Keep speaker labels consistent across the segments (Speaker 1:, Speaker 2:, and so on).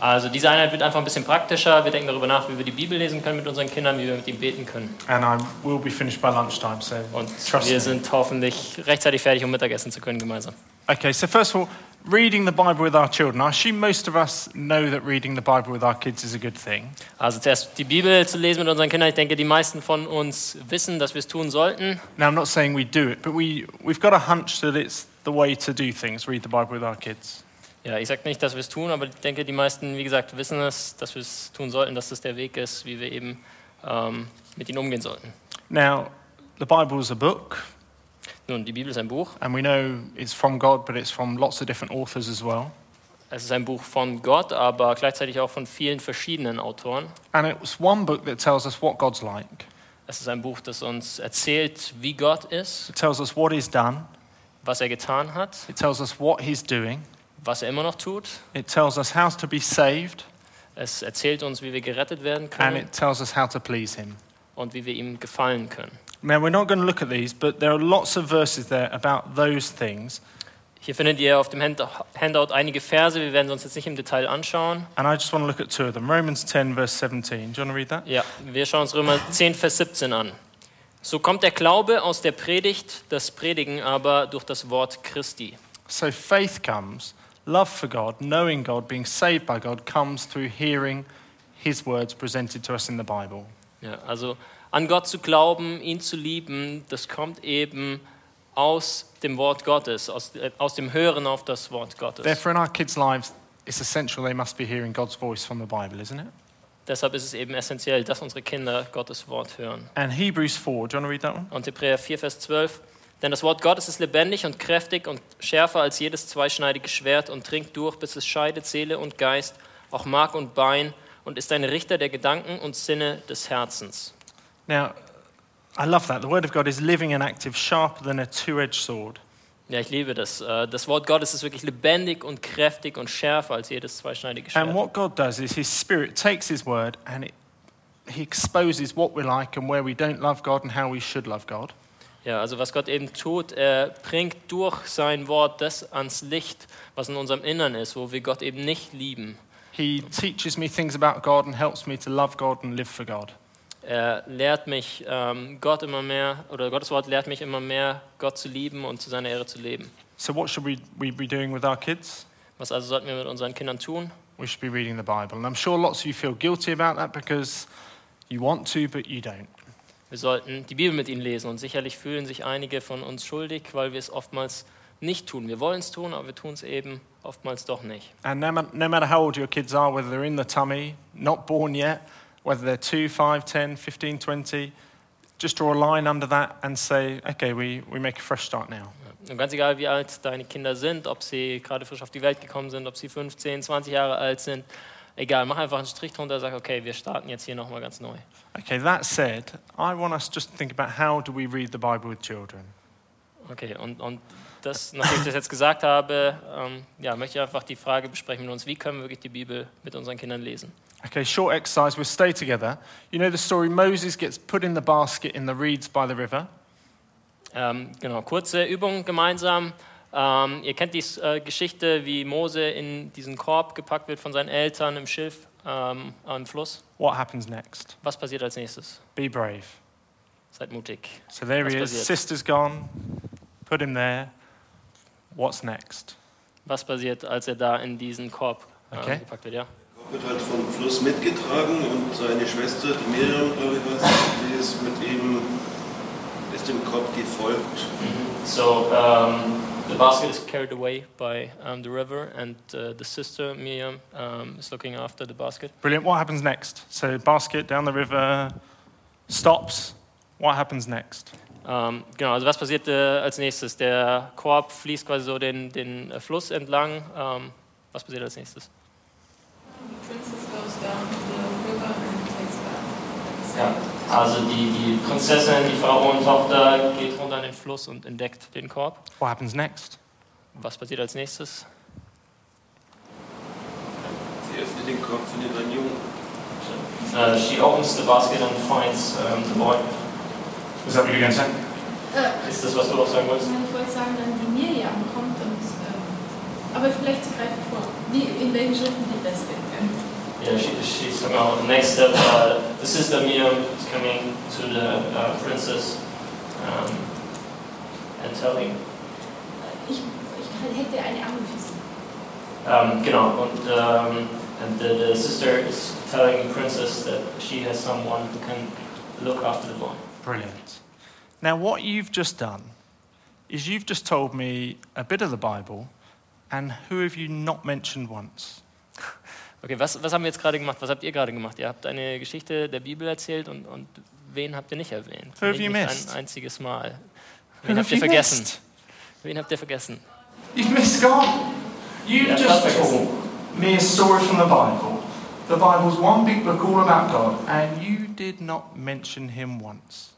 Speaker 1: Also diese Einheit wird einfach ein bisschen praktischer. Wir denken darüber nach, wie wir die Bibel lesen können mit unseren Kindern, wie wir mit ihnen beten können.
Speaker 2: and I will be finished by lunchtime. So
Speaker 1: Und
Speaker 2: trust
Speaker 1: wir
Speaker 2: me.
Speaker 1: sind hoffentlich rechtzeitig fertig, um Mittagessen zu können gemeinsam.
Speaker 2: Okay, so first of all, reading the Bible with our children. I assume most of us know that reading the Bible with our kids is a good thing.
Speaker 1: Also zuerst die Bibel zu lesen mit unseren Kindern. Ich denke, die meisten von uns wissen, dass wir es tun sollten.
Speaker 2: Now, I'm not saying we do it, but we, we've got a hunch that it's the way to do things read the Bible with our kids.
Speaker 1: Ja, ich sage nicht, dass wir es tun, aber ich denke, die meisten, wie gesagt, wissen es, dass wir es tun sollten, dass das der Weg ist, wie wir eben ähm, mit ihnen umgehen sollten.
Speaker 2: Now, the Bible is a book,
Speaker 1: Nun, die Bibel ist ein Buch.
Speaker 2: and we know it's from God, but it's from lots of different authors as well.
Speaker 1: Es ist ein Buch von Gott, aber gleichzeitig auch von vielen verschiedenen Autoren.
Speaker 2: And it's one book that tells us what God's like,
Speaker 1: Es ist ein Buch, das uns erzählt, wie Gott ist,
Speaker 2: it tells us what He's done,
Speaker 1: was er getan hat,
Speaker 2: it tells us what He's doing,
Speaker 1: was er immer noch tut.
Speaker 2: it tells us how to be saved,
Speaker 1: Es erzählt uns, wie wir gerettet werden
Speaker 2: and
Speaker 1: können
Speaker 2: it tells us how to please Him.
Speaker 1: und wie wir ihm gefallen können.
Speaker 2: Now, we're not going to look at these, but there are lots of verses there about those things.
Speaker 1: Hier findet ihr auf dem Hand- Handout einige Verse. Wir werden sie uns jetzt nicht im Detail anschauen.
Speaker 2: And I just want to look at two of them Romans 10, verse 17. Do you want to read that?
Speaker 1: Ja, wir schauen uns Römer 10, Vers 17 an. So kommt der Glaube aus der Predigt, das Predigen aber durch das Wort Christi.
Speaker 2: So faith comes, love for God, knowing God, being saved by God comes through hearing his words presented to us in the Bible.
Speaker 1: Ja, also an Gott zu glauben, ihn zu lieben, das kommt eben aus dem Wort Gottes, aus, äh, aus dem Hören auf das Wort Gottes.
Speaker 2: Therefore, in our kids' lives, it's essential they must be hearing God's voice from the Bible, isn't it?
Speaker 1: Deshalb ist es eben essentiell, dass unsere Kinder Gottes Wort hören.
Speaker 2: And Hebrews 4, do you want to read that one?
Speaker 1: Und Hebräer 4, Vers 12. Denn das Wort Gottes ist lebendig und kräftig und schärfer als jedes zweischneidige Schwert und dringt durch, bis es scheidet Seele und Geist, auch Mark und Bein und ist ein Richter der Gedanken und Sinne des Herzens.
Speaker 2: Now, I love that. The Word of God is living and active, sharper than a two edged sword.
Speaker 1: Ja, ich liebe das. Äh, Das Wort Gottes ist wirklich lebendig und kräftig und schärfer als jedes zweischneidige Schwert.
Speaker 2: And what God does is His Spirit takes His Word and it, He exposes what we like and where we don't love God and how we should love God.
Speaker 1: Ja, also was Gott eben tut, er bringt durch sein Wort das ans Licht, was in unserem Innern ist, wo wir Gott eben nicht lieben.
Speaker 2: He teaches me things about God and helps me to love God and live for God.
Speaker 1: Er lehrt mich, ähm, Gott immer mehr, oder Gottes Wort lehrt mich immer mehr, Gott zu lieben und zu seiner Ehre zu leben.
Speaker 2: So, what should we, we be doing with our kids?
Speaker 1: Was also sollten wir mit unseren Kindern tun?
Speaker 2: We should be reading the Bible. And I'm sure lots of you feel guilty about that because you want to, but you don't.
Speaker 1: Wir sollten die Bibel mit ihnen lesen und sicherlich fühlen sich einige von uns schuldig, weil wir es oftmals nicht tun. Wir wollen es tun, aber wir tun es eben oftmals doch nicht.
Speaker 2: And no, ma- no matter how old your kids are, whether they're in the tummy, not born yet, whether they're 2, 5, 10, 15, 20, just draw a line under that and say, okay, we, we make a fresh start now.
Speaker 1: Und ganz egal, wie alt deine Kinder sind, ob sie gerade frisch auf die Welt gekommen sind, ob sie 15, 20 Jahre alt sind, egal, mach einfach einen Strich drunter, sag, okay, wir starten jetzt hier nochmal ganz neu.
Speaker 2: Okay, that said, I want us just to think about how do we read the Bible with children?
Speaker 1: Okay, und, und das, nachdem ich das jetzt gesagt habe, ähm, ja, möchte ich einfach die Frage besprechen mit uns, wie können wir wirklich die Bibel mit unseren Kindern lesen?
Speaker 2: Okay, short exercise. We'll stay together. You know the story Moses gets put in the basket in the reeds by the river.
Speaker 1: Ähm, genau, kurze Übung gemeinsam. Ähm, ihr kennt die äh, Geschichte, wie Mose in diesen Korb gepackt wird von seinen Eltern im Schilf ähm, am Fluss.
Speaker 2: What happens next?
Speaker 1: Was passiert als nächstes?
Speaker 2: Be brave.
Speaker 1: Seid mutig.
Speaker 2: So there he
Speaker 1: That's
Speaker 2: is.
Speaker 1: good, yes.
Speaker 2: Sister's gone. Put him there. What's next?
Speaker 1: was passiert, als er da in diesen Korb ähm,
Speaker 2: Okay.
Speaker 1: gepackt wird. Ja.
Speaker 3: wird halt vom Fluss mitgetragen und seine Schwester, die Miriam, glaube ich, was, die ist mit ihm, ist dem Korb gefolgt.
Speaker 1: So um, the basket is carried away by um, the river and uh, the sister Miriam um, is looking after the basket.
Speaker 2: Brilliant. What happens next? So basket down the river. Stops. What happens next?
Speaker 1: Ähm, genau, also was passiert äh, als nächstes? Der Korb fließt quasi so den, den äh, Fluss entlang. Ähm, was passiert als nächstes?
Speaker 4: The princess goes down to the river and takes bath.
Speaker 1: Also die, die Prinzessin, die Pharaonentochter geht runter in den Fluss und entdeckt den Korb.
Speaker 2: What happens next?
Speaker 1: Was passiert als nächstes?
Speaker 3: Sie öffnet den Korb, findet einen Jungen.
Speaker 1: Äh, she opens the basket and finds um, the boy.
Speaker 2: Is that what you're going to say?
Speaker 4: Äh,
Speaker 1: Ist das, was du auch sagen wolltest?
Speaker 4: ich wollte sagen, dann die Miriam kommt und. Äh, aber vielleicht sie greift vor. Wie, in welchen Schritten die das geht.
Speaker 1: Genau, next step, uh, the sister Miriam is coming to the uh, princess um, and telling.
Speaker 5: Ich, ich hätte eine Ahnung für sie.
Speaker 1: Um, genau, und um, and the, the sister is telling the princess that she has someone who can look after the boy.
Speaker 2: Brilliant. Now, what you've just done is you've just told me a bit of the Bible, and who have you not mentioned once?
Speaker 1: Okay, was, was haben wir jetzt gerade gemacht? Was habt ihr gerade gemacht? Ihr habt eine Geschichte der Bibel erzählt und, und wen habt ihr nicht erwähnt?
Speaker 2: Who have
Speaker 1: Nicht-
Speaker 2: you
Speaker 1: nicht
Speaker 2: missed?
Speaker 1: Ein einziges Mal.
Speaker 2: Who
Speaker 1: Wen habt
Speaker 2: have
Speaker 1: ihr
Speaker 2: you
Speaker 1: vergessen?
Speaker 2: missed?
Speaker 1: Wen habt ihr vergessen?
Speaker 2: You've missed God. You've
Speaker 1: Yeah,
Speaker 2: just
Speaker 1: perfect.
Speaker 2: told me a story from the Bible. The Bible's one big book all about God, and you did not mention him once.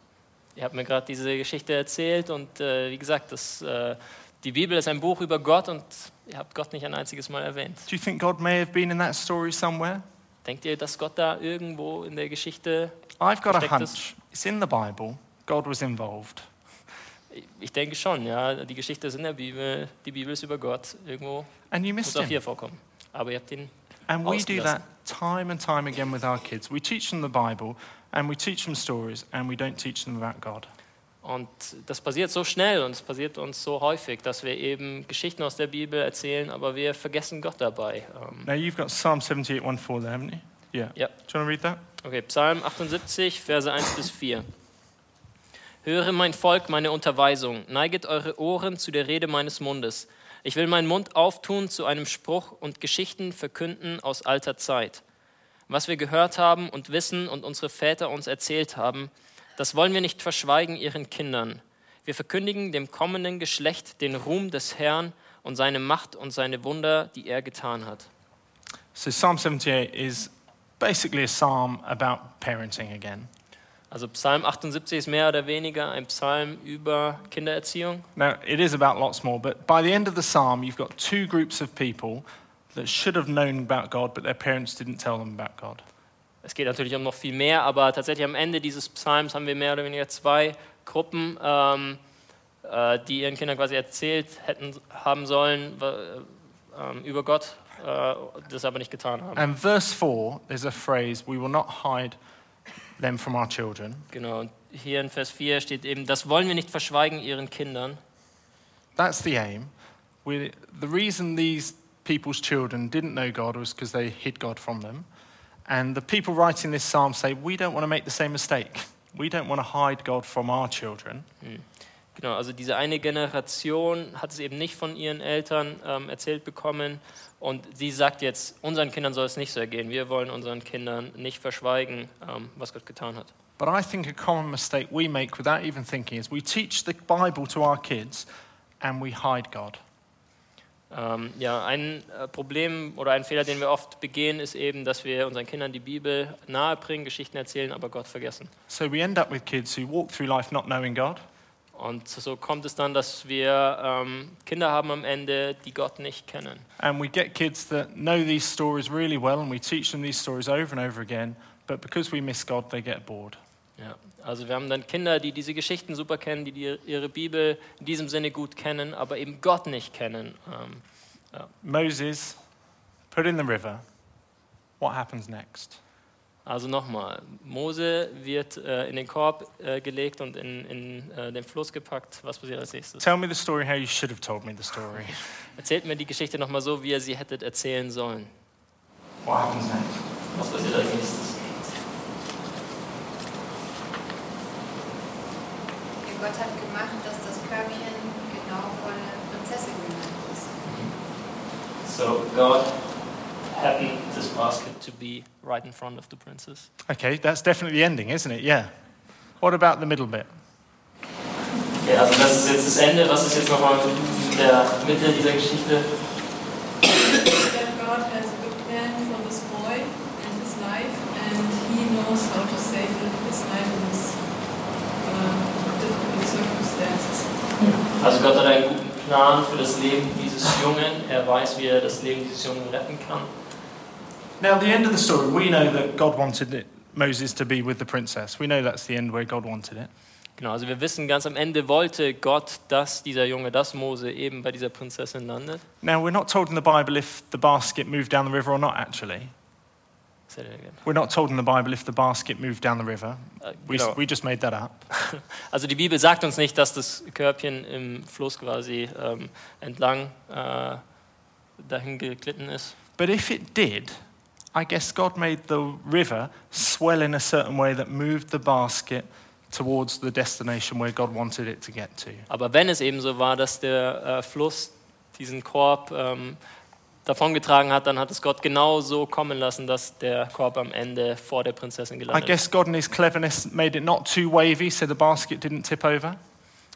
Speaker 1: Ihr habt mir gerade diese Geschichte erzählt und äh, wie gesagt, das, äh, die Bibel ist ein Buch über Gott und ihr habt Gott nicht ein einziges Mal erwähnt.
Speaker 2: Do you think God may have been in that story somewhere?
Speaker 1: Denkt ihr, dass Gott da irgendwo in der Geschichte,
Speaker 2: I've got a
Speaker 1: Versteckt es.
Speaker 2: hunch. It's in the Bible. God was involved.
Speaker 1: ich denke schon, ja, die Geschichte ist in der Bibel, die Bibel ist über Gott, irgendwo
Speaker 2: And you
Speaker 1: muss
Speaker 2: missed
Speaker 1: auch
Speaker 2: him.
Speaker 1: hier vorkommen. Aber ihr habt ihn,
Speaker 2: And we do
Speaker 1: Ausgelassen.
Speaker 2: that time and time again with our kids. We teach them the Bible and we teach them stories and we don't teach them about God.
Speaker 1: und das passiert so schnell und es passiert uns so häufig, dass wir eben Geschichten aus der Bibel erzählen, aber wir vergessen Gott dabei. Ähm,
Speaker 2: Now you've got Psalm 78, 1, 4 there, haven't you? Yeah.
Speaker 1: Yep.
Speaker 2: Do you want to read that?
Speaker 1: Okay, Psalm 78, Verse 1 bis 4. Höre mein Volk meine Unterweisung, neiget eure Ohren zu der Rede meines Mundes. Ich will meinen Mund auftun zu einem Spruch und Geschichten verkünden aus alter Zeit. Was wir gehört haben und wissen und unsere Väter uns erzählt haben, das wollen wir nicht verschweigen ihren Kindern. Wir verkündigen dem kommenden Geschlecht den Ruhm des Herrn und seine Macht und seine Wunder, die er getan hat.
Speaker 2: So Psalm 78 is basically a psalm about parenting again.
Speaker 1: Also Psalm 78 ist mehr oder weniger ein Psalm über Kindererziehung.
Speaker 2: Now it is about lots more, but by the end of the psalm, you've got two groups of people that should have known about God, but their parents didn't tell them about God.
Speaker 1: Es geht natürlich um noch viel mehr, aber tatsächlich am Ende dieses Psalms haben wir mehr oder weniger zwei Gruppen, ähm, äh, die ihren Kindern quasi erzählt hätten haben sollen wa- ähm, über Gott, äh, das aber nicht getan haben.
Speaker 2: And verse 4, there's a phrase, we will not hide them from our children.
Speaker 1: Genau. Und hier in Vers 4 steht eben, das wollen wir nicht verschweigen ihren Kindern.
Speaker 2: That's the aim. We, the reason these people's children didn't know God was because they hid God from them. And the people writing this psalm say, We don't want to make the same mistake. We don't want to hide God from our children.
Speaker 1: Genau, also diese eine Generation hat es eben nicht von ihren Eltern ähm, erzählt bekommen und sie sagt jetzt, unseren Kindern soll es nicht so ergehen. Wir wollen unseren Kindern nicht verschweigen, ähm, was Gott getan hat.
Speaker 2: But I think a common mistake we make without even thinking is we teach the Bible to our kids and we hide God.
Speaker 1: Ähm, ja, ein äh, Problem oder ein Fehler, den wir oft begehen, ist eben, dass wir unseren Kindern die Bibel nahebringen, Geschichten erzählen, aber Gott vergessen.
Speaker 2: So we end up with kids who walk through life not knowing God,
Speaker 1: Und so kommt es dann, dass wir ähm, Kinder haben am Ende, die Gott nicht kennen.
Speaker 2: and we get kids that know these stories really well and we teach them these stories over and over again, but because we miss God, they get bored.
Speaker 1: Ja, also wir haben dann Kinder, die diese Geschichten super kennen, die, die ihre Bibel in diesem Sinne gut kennen, aber eben Gott nicht kennen. Ähm,
Speaker 2: Moses put in the river. What happens next?
Speaker 1: also nochmal, Mose wird äh, in den Korb äh, gelegt und in, in äh, den Fluss gepackt. Was passiert als nächstes?
Speaker 2: Tell me the story how you should have told me the story.
Speaker 1: Erzählt mir die Geschichte nochmal so, wie ihr sie hättet erzählen sollen.
Speaker 2: What happens next?
Speaker 1: Was passiert als nächstes?
Speaker 4: Ja, Gott hat gemacht, dass das Körbchen genau vor der Prinzessin gelandet ist.
Speaker 1: So God happened this basket to be right in front of the princess.
Speaker 2: Okay, that's definitely the ending, isn't it? Yeah. What about the middle bit?
Speaker 1: Ja, also das ist jetzt das Ende. Was ist jetzt nochmal der Mitte dieser Geschichte?
Speaker 4: That God has a good plan for this boy and his life, and he knows how to save his life in this uh, difficult circumstances.
Speaker 1: Also Gott hat einen guten Plan für das Leben dieses Jungen. Er weiß, wie er das Leben dieses Jungen retten kann.
Speaker 2: Now, the end of the story, we know that God wanted it, Moses to be with the princess. We know that's the end where God wanted it.
Speaker 1: Genau, also wir wissen, ganz am Ende wollte Gott, dass dieser Junge, dass Mose eben bei dieser Prinzessin landet.
Speaker 2: Now, we're not told in the Bible if the basket moved down the river or not, actually.
Speaker 1: Say that again.
Speaker 2: We're not told in the Bible if the basket moved down the river.
Speaker 1: Äh,
Speaker 2: We,
Speaker 1: genau.
Speaker 2: we just made that up.
Speaker 1: Also die Bibel sagt uns nicht, dass das Körbchen im Fluss quasi ähm, entlang äh, dahin geglitten ist.
Speaker 2: But if it did, I guess God made the river swell in a certain way that moved the basket towards the destination where God wanted it to get to.
Speaker 1: Aber wenn es eben so war, dass der äh, Fluss diesen Korb ähm, davongetragen hat, dann hat es Gott genau so kommen lassen, dass der Korb am Ende vor der Prinzessin
Speaker 2: I
Speaker 1: gelandet ist.
Speaker 2: guess God, in his cleverness, made it not too wavy so the basket didn't tip over.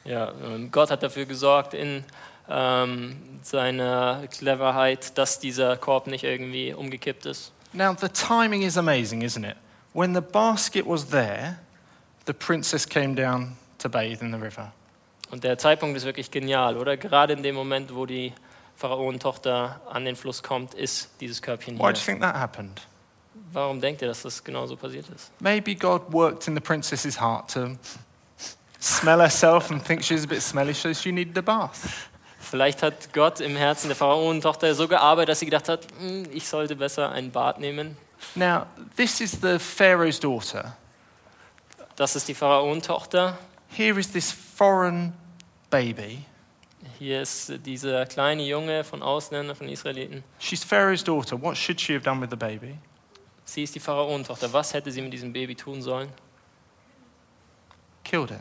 Speaker 1: Ja, ähm, Gott hat dafür gesorgt in ähm, seiner Cleverheit, dass dieser Korb nicht irgendwie umgekippt ist.
Speaker 2: Now, the timing is amazing, isn't it? When the basket was there, the princess came down to bathe in the river.
Speaker 1: Und der Zeitpunkt ist wirklich genial, oder? Gerade in dem Moment, wo die Pharaonentochter an den Fluss kommt, ist dieses Körbchen
Speaker 2: Why
Speaker 1: hier.
Speaker 2: do you think that happened?
Speaker 1: Warum denkt ihr, dass das genauso passiert ist?
Speaker 2: Maybe God worked in the princess's heart to smell herself and think she's a bit smelly, so she needed a bath.
Speaker 1: Vielleicht hat Gott im Herzen der Pharaonentochter so gearbeitet, dass sie gedacht hat, "Hm, ich sollte besser ein Bad nehmen.
Speaker 2: Now, this is the Pharaoh's daughter.
Speaker 1: Das ist die Pharaonentochter.
Speaker 2: Here is this foreign baby.
Speaker 1: Hier ist dieser kleine Junge von Ausländern, von Israeliten.
Speaker 2: She's Pharaoh's daughter. What should she have done with the baby?
Speaker 1: Sie ist die Pharaonentochter. Was hätte sie mit diesem Baby tun sollen?
Speaker 2: Killed it.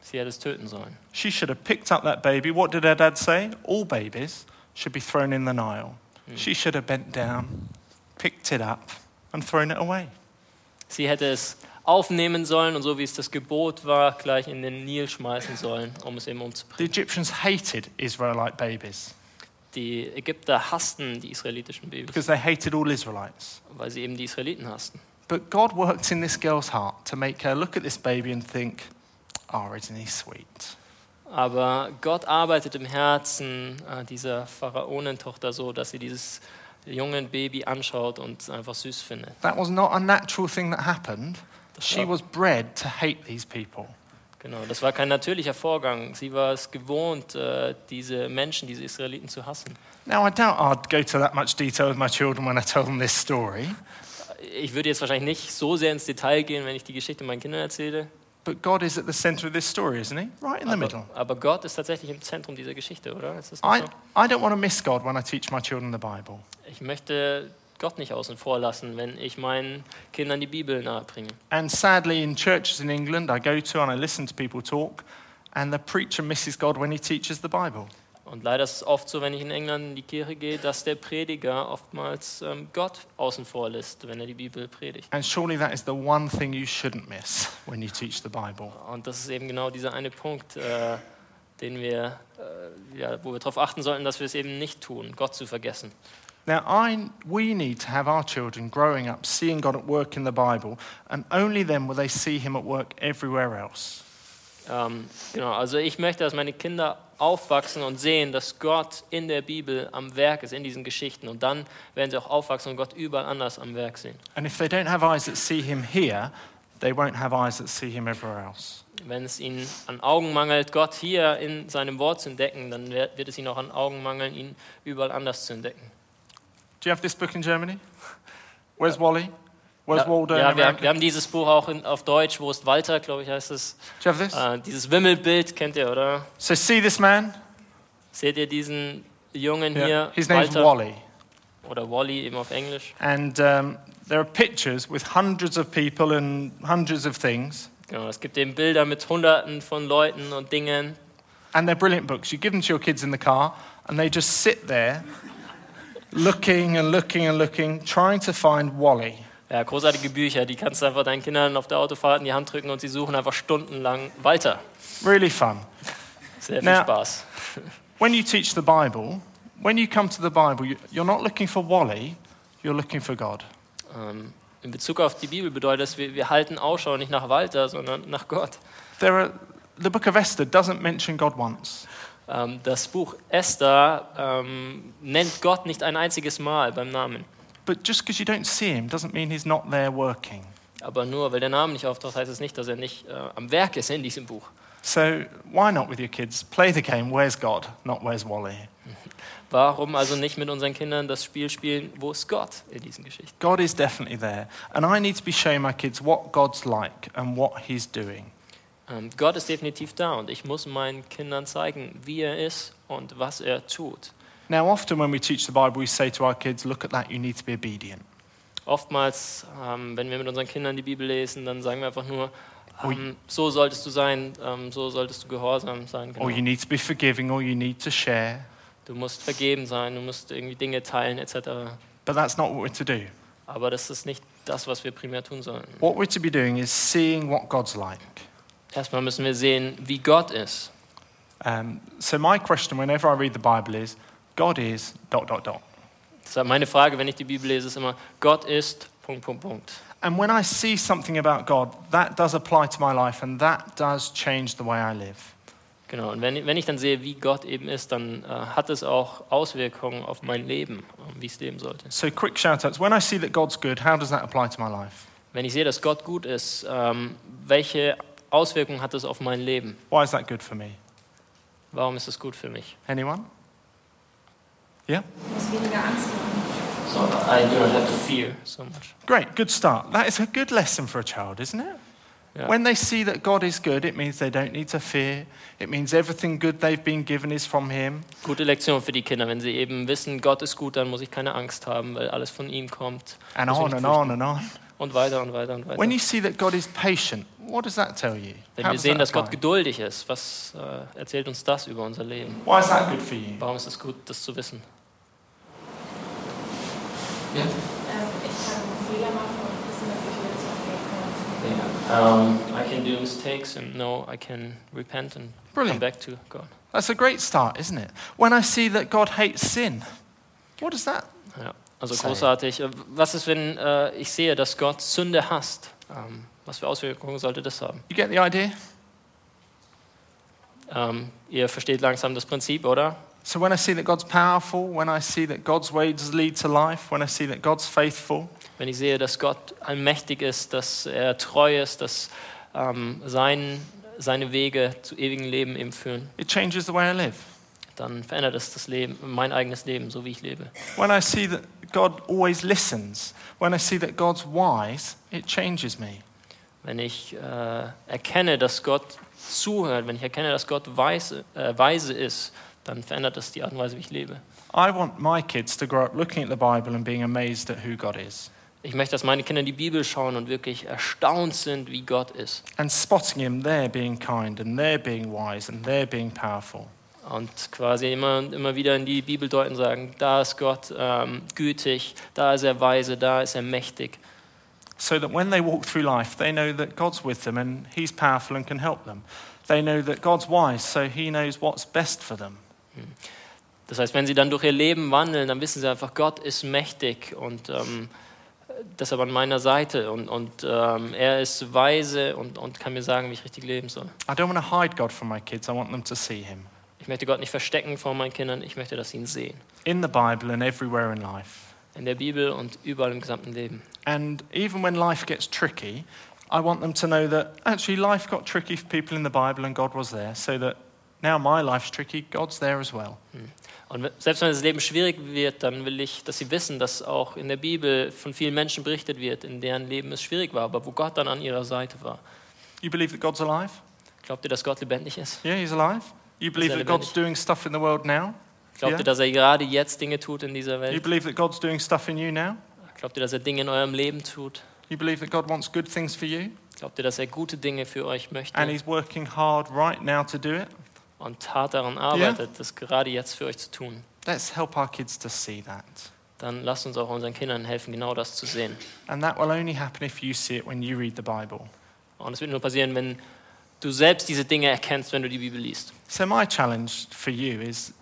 Speaker 1: Sie hätte es töten sollen.
Speaker 2: She should have picked up that baby. What did her dad say? All babies should be thrown in the Nile. She should have bent down, picked it up, and thrown it away.
Speaker 1: Sie hätte es aufnehmen sollen und so wie es das Gebot war, gleich in den Nil schmeißen sollen, um es eben
Speaker 2: The
Speaker 1: umzubringen.
Speaker 2: Egyptians hated Israelite babies
Speaker 1: Die Ägypter hassten die israelitischen Babys,
Speaker 2: because they hated all Israelites.
Speaker 1: weil sie eben die Israeliten hassten.
Speaker 2: But God worked in this girl's heart to make her look at this baby and think, oh, isn't he sweet?
Speaker 1: Aber Gott arbeitet im Herzen äh, dieser Pharaonentochter so, dass sie dieses junge Baby anschaut und es einfach süß findet.
Speaker 2: That was not a natural thing that happened.
Speaker 1: Das
Speaker 2: She
Speaker 1: war,
Speaker 2: was bred to hate these people.
Speaker 1: genau, das war kein natürlicher Vorgang. Sie war es gewohnt, äh, diese Menschen, diese Israeliten zu hassen.
Speaker 2: Now, I doubt I'd go to that much detail with my children when I tell them this story,
Speaker 1: Ich würde jetzt wahrscheinlich nicht so sehr ins Detail gehen, wenn ich die Geschichte meinen Kindern erzähle.
Speaker 2: but God is at the center of this story, isn't he? Right in the
Speaker 1: Aber,
Speaker 2: middle.
Speaker 1: aber Gott ist tatsächlich im Zentrum dieser Geschichte, oder? Ist das nicht
Speaker 2: I,
Speaker 1: so?
Speaker 2: I don't want to miss God when I teach my children the Bible.
Speaker 1: Ich möchte Gott nicht außen vor lassen, wenn ich meinen Kindern die Bibel nahebringe.
Speaker 2: And sadly, in churches in England, I go to and I listen to people talk, and the preacher misses God when he teaches the Bible.
Speaker 1: Und leider ist es oft so, wenn ich in England in die Kirche gehe, dass der Prediger oftmals ähm, Gott außen vor lässt, wenn er die Bibel predigt.
Speaker 2: And surely that is the one thing you shouldn't miss when you teach the Bible.
Speaker 1: Und das ist eben genau dieser eine Punkt, äh, den wir, äh, ja, wo wir darauf achten sollten, dass wir es eben nicht tun, Gott zu vergessen.
Speaker 2: Now, I, we need to have our children growing up seeing God at work in the Bible, and only then will they see Him at work everywhere else.
Speaker 1: Ähm, genau, also ich möchte, dass meine Kinder aufwachsen und sehen, dass Gott in der Bibel am Werk ist, in diesen Geschichten. Und dann werden sie auch aufwachsen und Gott überall anders am Werk sehen.
Speaker 2: And if they don't have eyes that see Him here, they won't have eyes that see Him everywhere else.
Speaker 1: Wenn es ihnen an Augen mangelt, Gott hier in seinem Wort zu entdecken, dann wer- wird es ihnen auch an Augen mangeln, ihn überall anders zu entdecken.
Speaker 2: Do you have this book in Germany? Where's Wally? Where's
Speaker 1: ja,
Speaker 2: Waldo? in
Speaker 1: ja, wir, haben-
Speaker 2: America?
Speaker 1: wir haben dieses Buch auch in, auf Deutsch, wo ist Walter, glaube ich, heißt es.
Speaker 2: Do you have this?
Speaker 1: Äh, dieses Wimmelbild kennt ihr, oder?
Speaker 2: so, see this man?
Speaker 1: Seht ihr diesen Jungen hier,
Speaker 2: His name's
Speaker 1: Walter
Speaker 2: Wally.
Speaker 1: oder Wally eben auf Englisch.
Speaker 2: And um, there are pictures with hundreds of people and hundreds of things.
Speaker 1: Genau, es gibt eben Bilder mit Hunderten von Leuten und Dingen.
Speaker 2: And they're brilliant books. You give them to your kids in the car, and they just sit there looking and looking and looking, trying to find Wally.
Speaker 1: Ja, großartige Bücher, die kannst du einfach deinen Kindern auf der Autofahrt in die Hand drücken und sie suchen einfach stundenlang Walter.
Speaker 2: Really fun.
Speaker 1: Sehr viel
Speaker 2: Na.
Speaker 1: Spaß.
Speaker 2: When you teach the Bible, when you come to the Bible, you- you're not looking for Wally, you're looking for God.
Speaker 1: Ähm, in Bezug auf die Bibel bedeutet das, wir, wir halten Ausschau nicht nach Walter, sondern nach Gott.
Speaker 2: There are, the book of Esther doesn't mention God once.
Speaker 1: Ähm, das Buch Esther ähm, nennt Gott nicht ein einziges Mal beim Namen.
Speaker 2: But just because you don't see him doesn't mean he's not there working.
Speaker 1: Aber nur weil der Name nicht auftaucht, heißt es nicht, dass er nicht äh, am Werk ist in diesem Buch.
Speaker 2: So why not with your kids play the game, where's God, not where's Wally?
Speaker 1: Warum also nicht mit unseren Kindern das Spiel spielen, wo ist Gott in diesen Geschichten?
Speaker 2: God is definitely there. And I need to be showing my kids what God's like and what He's doing.
Speaker 1: Ähm, Gott ist definitiv da und ich muss meinen Kindern zeigen, wie er ist und was er tut.
Speaker 2: Now, often when we teach the Bible, we say to our kids, look at that, you need to be obedient.
Speaker 1: Oftmals, ähm, wenn wir mit unseren Kindern die Bibel lesen, dann sagen wir einfach nur, ähm, so solltest du sein, ähm, so solltest du gehorsam sein.
Speaker 2: Or you
Speaker 1: Genau.
Speaker 2: need to be forgiving, or you need to share.
Speaker 1: Du musst vergeben sein, du musst irgendwie Dinge teilen etc.
Speaker 2: But that's not what we're to do.
Speaker 1: Aber das ist nicht das, was wir primär tun sollen.
Speaker 2: What we're to be doing is seeing what God's like.
Speaker 1: Erstmal müssen wir sehen, wie Gott ist.
Speaker 2: Um, so my question whenever I read the Bible is, God is dot dot dot.
Speaker 1: Deshalb meine Frage, wenn ich die Bibel lese, ist immer, Gott ist, Punkt, Punkt, Punkt.
Speaker 2: And when I see something about God, that does apply to my life and that does change the way I live.
Speaker 1: Genau, und wenn, wenn ich dann sehe, wie Gott eben ist, dann äh, hat es auch Auswirkungen auf mein Leben, äh, wie es leben sollte.
Speaker 2: So quick shout outs. When I see that God's good, how does that apply to my life?
Speaker 1: Wenn ich sehe, dass Gott gut ist, ähm, welche Auswirkungen hat es auf mein Leben?
Speaker 2: Why is that good for me?
Speaker 1: Warum ist es gut für mich?
Speaker 2: Anyone?
Speaker 5: Du musst weniger Angst haben.
Speaker 1: So, I don't have to fear so much.
Speaker 2: Great, good start. That is a good lesson for a child, isn't it?
Speaker 1: Yeah.
Speaker 2: When they see that God is good, it means they don't need to fear. It means everything good they've been given is from Him.
Speaker 1: Gute Lektion für die Kinder. Wenn sie eben wissen, Gott ist gut, dann muss ich keine Angst haben, weil alles von ihm kommt.
Speaker 2: And
Speaker 1: Muss ich
Speaker 2: on
Speaker 1: nicht
Speaker 2: and
Speaker 1: fürchten.
Speaker 2: on and on.
Speaker 1: Und weiter und weiter und weiter.
Speaker 2: When you see that God is patient, what does that tell you?
Speaker 1: Wenn
Speaker 2: How
Speaker 1: wir
Speaker 2: does
Speaker 1: sehen,
Speaker 2: that
Speaker 1: dass Gott
Speaker 2: apply?
Speaker 1: geduldig ist, was äh, erzählt uns das über unser Leben?
Speaker 2: Why is that good for you?
Speaker 1: Warum ist es gut, das zu wissen?
Speaker 5: Ähm, ich kann Fehler machen und wissen, dass ich jetzt noch Fehler kann.
Speaker 1: Um, I can do mistakes and know I can repent and come
Speaker 2: Brilliant.
Speaker 1: back to God.
Speaker 2: That's a great start, isn't it? When I see that God hates sin, what does that?
Speaker 1: Ja, also
Speaker 2: Sei.
Speaker 1: großartig. Äh, Was ist, wenn äh, ich sehe, dass Gott Sünde hasst? Ähm, was für Auswirkungen sollte das haben?
Speaker 2: You get the idea?
Speaker 1: Ähm, ihr versteht langsam das Prinzip, oder?
Speaker 2: So when I see that God's powerful, when I see that God's ways lead to life, when I see that God's faithful,
Speaker 1: Wenn ich sehe, dass Gott allmächtig ist, dass er treu ist, dass ähm, sein, seine Wege zu ewigem Leben eben führen,
Speaker 2: it changes the way I live.
Speaker 1: dann verändert es das Leben, mein eigenes Leben, so wie ich lebe.
Speaker 2: When I see that God always listens, when I see that God's wise, it changes me.
Speaker 1: Wenn ich äh, erkenne, dass Gott zuhört, wenn ich erkenne, dass Gott weise, äh, weise ist, dann verändert das die Art und Weise, wie ich lebe.
Speaker 2: I want my kids to grow up looking at the Bible and being amazed at who God is
Speaker 1: Ich möchte, dass meine Kinder die Bibel schauen und wirklich erstaunt sind, wie Gott ist.
Speaker 2: and spotting Him there being kind and there being wise and there being powerful.
Speaker 1: Und quasi immer und immer wieder in die Bibel deuten und sagen, da ist Gott ähm, gütig, da ist er weise, da ist er mächtig.
Speaker 2: so that when they walk through life, they know that God's with them and He's powerful and can help them. They know that God's wise, so He knows what's best for them.
Speaker 1: Das heißt, wenn sie dann durch ihr Leben wandeln, dann wissen sie einfach, Gott ist mächtig und ähm, deshalb an meiner Seite. Und, und ähm, er ist weise und, und kann mir sagen, wie ich richtig leben soll.
Speaker 2: I don't want to hide God from my kids, I want them to see Him
Speaker 1: Ich möchte Gott nicht verstecken vor meinen Kindern, ich möchte, dass sie ihn sehen.
Speaker 2: in the Bible and everywhere in life.
Speaker 1: In der Bibel und überall im gesamten Leben.
Speaker 2: And even when life gets tricky, I want them to know that actually life got tricky for people in the Bible and God was there, so that now my life's tricky, God's there as well.
Speaker 1: Und we- selbst wenn das Leben schwierig wird, dann will ich, dass sie wissen, dass auch in der Bibel von vielen Menschen berichtet wird, in deren Leben es schwierig war, aber wo Gott dann an ihrer Seite war.
Speaker 2: You believe that God's alive?
Speaker 1: Glaubt ihr, dass Gott lebendig ist?
Speaker 2: Yeah, He's alive. You believe that God's doing stuff in the world now?
Speaker 1: Glaubt
Speaker 2: Ja.
Speaker 1: ihr, dass er gerade jetzt Dinge tut in dieser
Speaker 2: You
Speaker 1: Welt?
Speaker 2: believe that God's doing stuff in you now?
Speaker 1: Glaubt ihr, dass er Dinge in eurem Leben tut?
Speaker 2: You believe that God wants good things for you,
Speaker 1: Glaubt ihr, dass er gute Dinge für euch
Speaker 2: and
Speaker 1: möchte
Speaker 2: He's working hard right now to do it.
Speaker 1: und hart daran arbeitet, das gerade jetzt für euch zu tun?
Speaker 2: Let's help our kids to see that.
Speaker 1: Dann lasst uns auch unseren Kindern helfen, genau das zu sehen.
Speaker 2: And that will only happen if you see it when you read the Bible.
Speaker 1: Und es wird nur passieren, wenn du selbst diese Dinge erkennst, wenn du die Bibel liest.
Speaker 2: So, my challenge for you is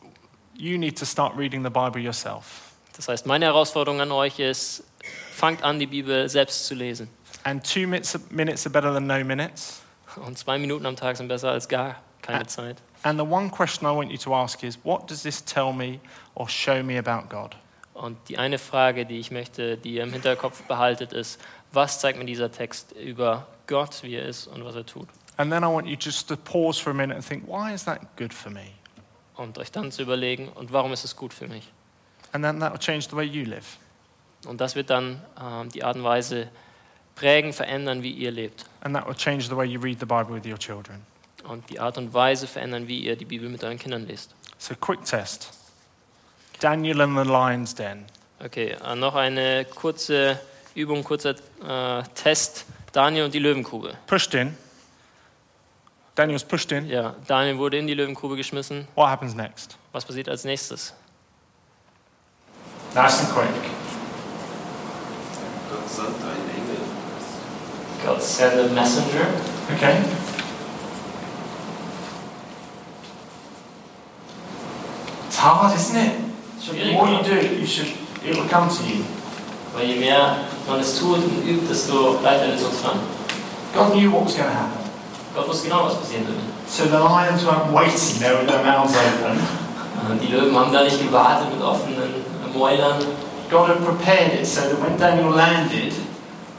Speaker 2: you need to start reading the Bible yourself.
Speaker 1: Das heißt, meine Herausforderung an euch ist, fangt an, die Bibel selbst zu lesen.
Speaker 2: And two minutes, minutes are better than no minutes.
Speaker 1: Und zwei Minuten am Tag sind besser als gar keine Zeit.
Speaker 2: And the one question I want you to ask is what does this tell me or show me about God?
Speaker 1: Und die eine Frage, die ich möchte, die ihr im Hinterkopf behaltet, ist, was zeigt mir dieser Text über Gott, wie er ist und was er tut?
Speaker 2: And then I want you just to pause for a minute and think, why is that good for me?
Speaker 1: und euch dann zu überlegen, und warum ist es gut für mich?
Speaker 2: And then that will change the way you live.
Speaker 1: Und das wird dann ähm, die Art und Weise prägen, verändern, wie ihr lebt.
Speaker 2: And that will change the way you read the Bible with your children.
Speaker 1: Und die Art und Weise verändern, wie ihr die Bibel mit euren Kindern lest.
Speaker 2: So, quick test Daniel and the lion's den.
Speaker 1: Okay, äh, noch eine kurze Übung, kurzer äh, Test. Daniel und die Löwengrube.
Speaker 2: Pushed in. Daniel's pushed in.
Speaker 1: Ja, Daniel wurde in die Löwengrube geschmissen.
Speaker 2: What happens next?
Speaker 1: Was passiert als nächstes?
Speaker 2: Nice and quick.
Speaker 3: Gott sandt einen Engel.
Speaker 1: God sent a messenger.
Speaker 2: Okay. It's hard, isn't it? So the more you do it, you should it will come to you.
Speaker 1: Weil je mehr man es tut und übt, desto leichter wird es uns fallen.
Speaker 2: God knew what was going to happen.
Speaker 1: Gott wusste genau, was passieren würde.
Speaker 2: So the lions weren't waiting there with their mouths open.
Speaker 1: Und Äh, Die Löwen haben da nicht gewartet mit offenen äh, Mäulern.
Speaker 2: God had prepared it so that when Daniel landed,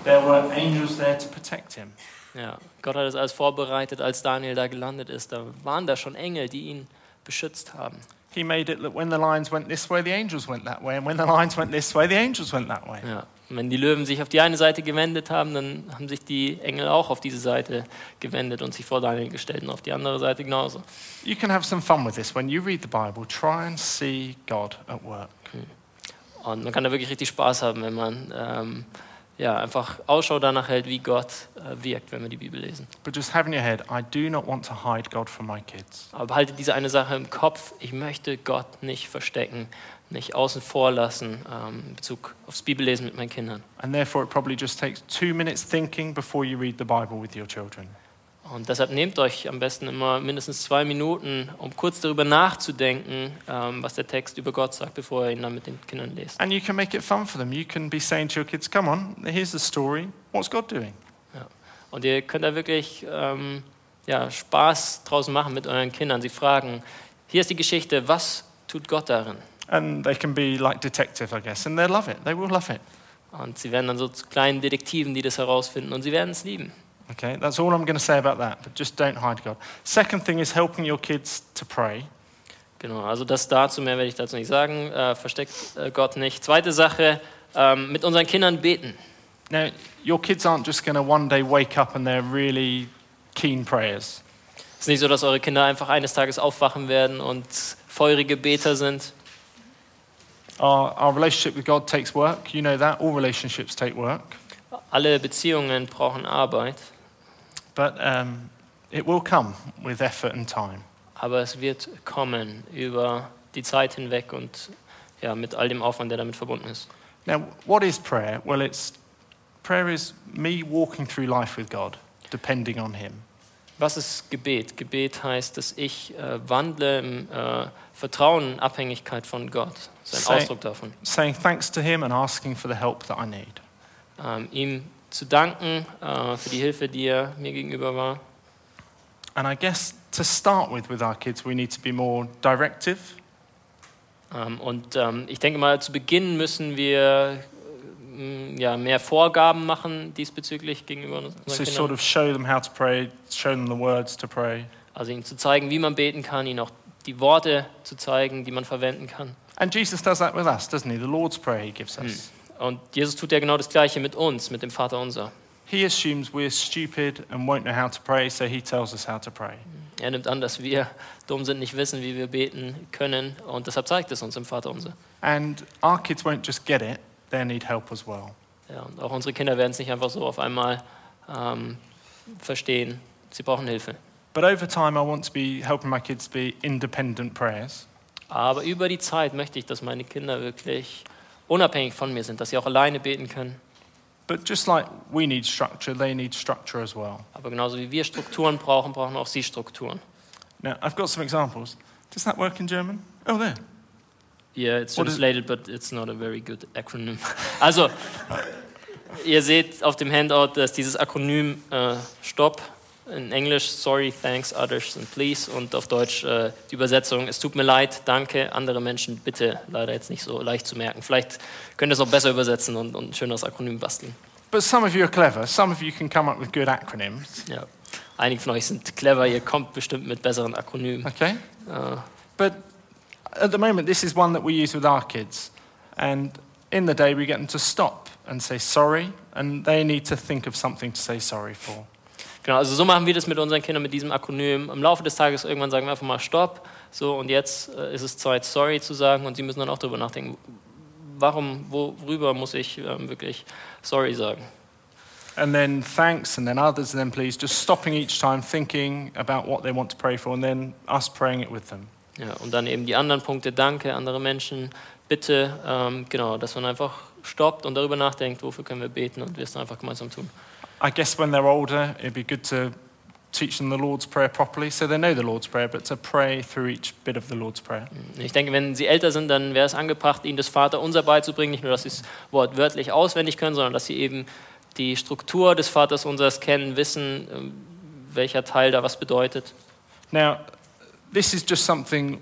Speaker 2: there were angels there to protect him.
Speaker 1: Ja, Gott hat das alles vorbereitet, als Daniel da gelandet ist. Da waren da schon Engel, die ihn beschützt haben.
Speaker 2: He made it that when the lions went this way, the angels went that way, and when the lions went this way, the angels went that way.
Speaker 1: Ja. Und wenn die Löwen sich auf die eine Seite gewendet haben, dann haben sich die Engel auch auf diese Seite gewendet und sich vor Daniel gestellt und auf die andere Seite genauso.
Speaker 2: You can have some fun with this. When you read the Bible, try and see God at work.
Speaker 1: Und man kann da wirklich richtig Spaß haben, wenn man ähm, ja, einfach Ausschau danach hält, wie Gott äh, wirkt, wenn wir die Bibel lesen.
Speaker 2: But just have in your head, I do not want to hide God from my kids.
Speaker 1: Aber behalte diese eine Sache im Kopf. Ich möchte Gott nicht verstecken, nicht außen vor lassen ähm, in Bezug aufs Bibellesen mit meinen Kindern.
Speaker 2: And therefore, it probably just takes two minutes thinking before you read the Bible with your children.
Speaker 1: Und deshalb nehmt euch am besten immer mindestens zwei Minuten, um kurz darüber nachzudenken, ähm, was der Text über Gott sagt, bevor ihr ihn dann mit den Kindern lest.
Speaker 2: And you can make it fun for them. You can be saying to your kids, come on, here's the story. What's God doing?
Speaker 1: Und ihr könnt da wirklich ähm, ja, Spaß draus machen mit euren Kindern. Sie fragen, hier ist die Geschichte, was tut Gott darin?
Speaker 2: And they can be like detective, I guess. And they love it. They will love it.
Speaker 1: Und sie werden dann so zu kleinen Detektiven, die das herausfinden und sie werden es lieben.
Speaker 2: Okay, that's all I'm going to say about that. But just don't hide God. Second thing is helping your kids to pray.
Speaker 1: Genau, also das dazu, mehr werde ich dazu nicht sagen. Äh, versteckt äh, Gott nicht. Zweite Sache, ähm, mit unseren Kindern beten.
Speaker 2: Now, your kids aren't just going to one day wake up and they're really keen prayers.
Speaker 1: Es ist nicht so, dass eure Kinder einfach eines Tages aufwachen werden und feurige Beter sind.
Speaker 2: Our, our relationship with God takes work. You know that. All relationships take work.
Speaker 1: Alle Beziehungen brauchen Arbeit,
Speaker 2: But um, it will come with effort and time.
Speaker 1: aber es wird kommen über die Zeit hinweg und ja, mit all dem Aufwand, der damit verbunden ist.
Speaker 2: Now, what is prayer? Well, it's prayer is me walking through life with God, depending on Him.
Speaker 1: Was ist Gebet? Gebet heißt, dass ich äh, wandle im äh, Vertrauen und Abhängigkeit von Gott. Das ist ein
Speaker 2: Sei-
Speaker 1: Ausdruck davon.
Speaker 2: Saying thanks to Him and asking for the help that I need.
Speaker 1: ähm, ihm zu danken äh, für die Hilfe, die er mir gegenüber war.
Speaker 2: And I guess to start with, with our kids, we need to be more directive.
Speaker 1: Ähm, und ähm, ich denke mal, zu Beginn müssen wir ähm, ja, mehr Vorgaben machen diesbezüglich gegenüber unseren
Speaker 2: So,
Speaker 1: Kindern.
Speaker 2: sort of show them how to pray, show them the words to pray.
Speaker 1: also ihnen zu zeigen, wie man beten kann, ihnen auch die Worte zu zeigen, die man verwenden kann.
Speaker 2: And Jesus does that with us, doesn't He? The Lord's Prayer He gives us.
Speaker 1: Und Jesus tut ja genau das Gleiche mit uns, mit dem Vater unser.
Speaker 2: He assumes we're stupid and won't know how to pray, so He tells us how to pray.
Speaker 1: Er nimmt an, dass wir dumm sind, nicht wissen, wie wir beten können. Und deshalb zeigt es uns im Vater unser.
Speaker 2: And our kids won't just get it, they need help as well.
Speaker 1: Ja, und auch unsere Kinder werden es nicht einfach so auf einmal ähm, verstehen. Sie brauchen Hilfe.
Speaker 2: But over time, I want to be helping my kids be independent prayers.
Speaker 1: Aber über die Zeit möchte ich, dass meine Kinder wirklich unabhängig von mir sind, dass sie auch alleine beten können.
Speaker 2: But just like we need structure, they need structure as well.
Speaker 1: Aber genauso wie wir Strukturen brauchen, brauchen auch sie Strukturen.
Speaker 2: Now, I've got some examples. Does that work in German? Oh, there.
Speaker 1: Yeah, it's
Speaker 2: What is-
Speaker 1: translated, but it's not a very good acronym. Also, ihr seht auf dem Handout, dass dieses Akronym äh, Stopp in Englisch Sorry, Thanks, Others and Please und auf Deutsch äh, die Übersetzung Es tut mir leid, danke, andere Menschen bitte. Leider jetzt nicht so leicht zu merken. Vielleicht könnt ihr es auch besser übersetzen und, und ein schöneres Akronym basteln.
Speaker 2: But some of you are clever. Some of you can come up with good acronyms.
Speaker 1: Ja. Einige von euch sind clever, ihr kommt bestimmt mit besseren Akronymen.
Speaker 2: Okay?
Speaker 1: Äh,
Speaker 2: But at the moment, this is one that we use with our kids. And in the day, we get them to stop and say sorry, and they need to think of something to say sorry for.
Speaker 1: Genau, also so machen wir das mit unseren Kindern, mit diesem Akronym. Im Laufe des Tages irgendwann sagen wir einfach mal Stopp. So, und jetzt äh, ist es Zeit, sorry zu sagen. Und sie müssen dann auch darüber nachdenken, warum, worüber muss ich ähm, wirklich sorry sagen.
Speaker 2: And then thanks, and then others, and then please, just stopping each time, thinking about what they want to pray for, and then us praying it with them.
Speaker 1: Ja, und dann eben die anderen Punkte, danke, andere Menschen, bitte. Ähm, genau, dass man einfach stoppt und darüber nachdenkt, wofür können wir beten und wir es dann einfach gemeinsam tun.
Speaker 2: I guess when they're older, it'd be good to teach them the Lord's Prayer properly so they know the Lord's Prayer, but to pray through each bit of the Lord's Prayer.
Speaker 1: Ich denke, wenn sie älter sind, dann wäre es angebracht, ihnen das Vaterunser beizubringen. Nicht nur, dass sie es wortwörtlich auswendig können, sondern dass sie eben die Struktur des Vaterunsers kennen, wissen, ähm, welcher Teil da was bedeutet.
Speaker 2: Now, this is just something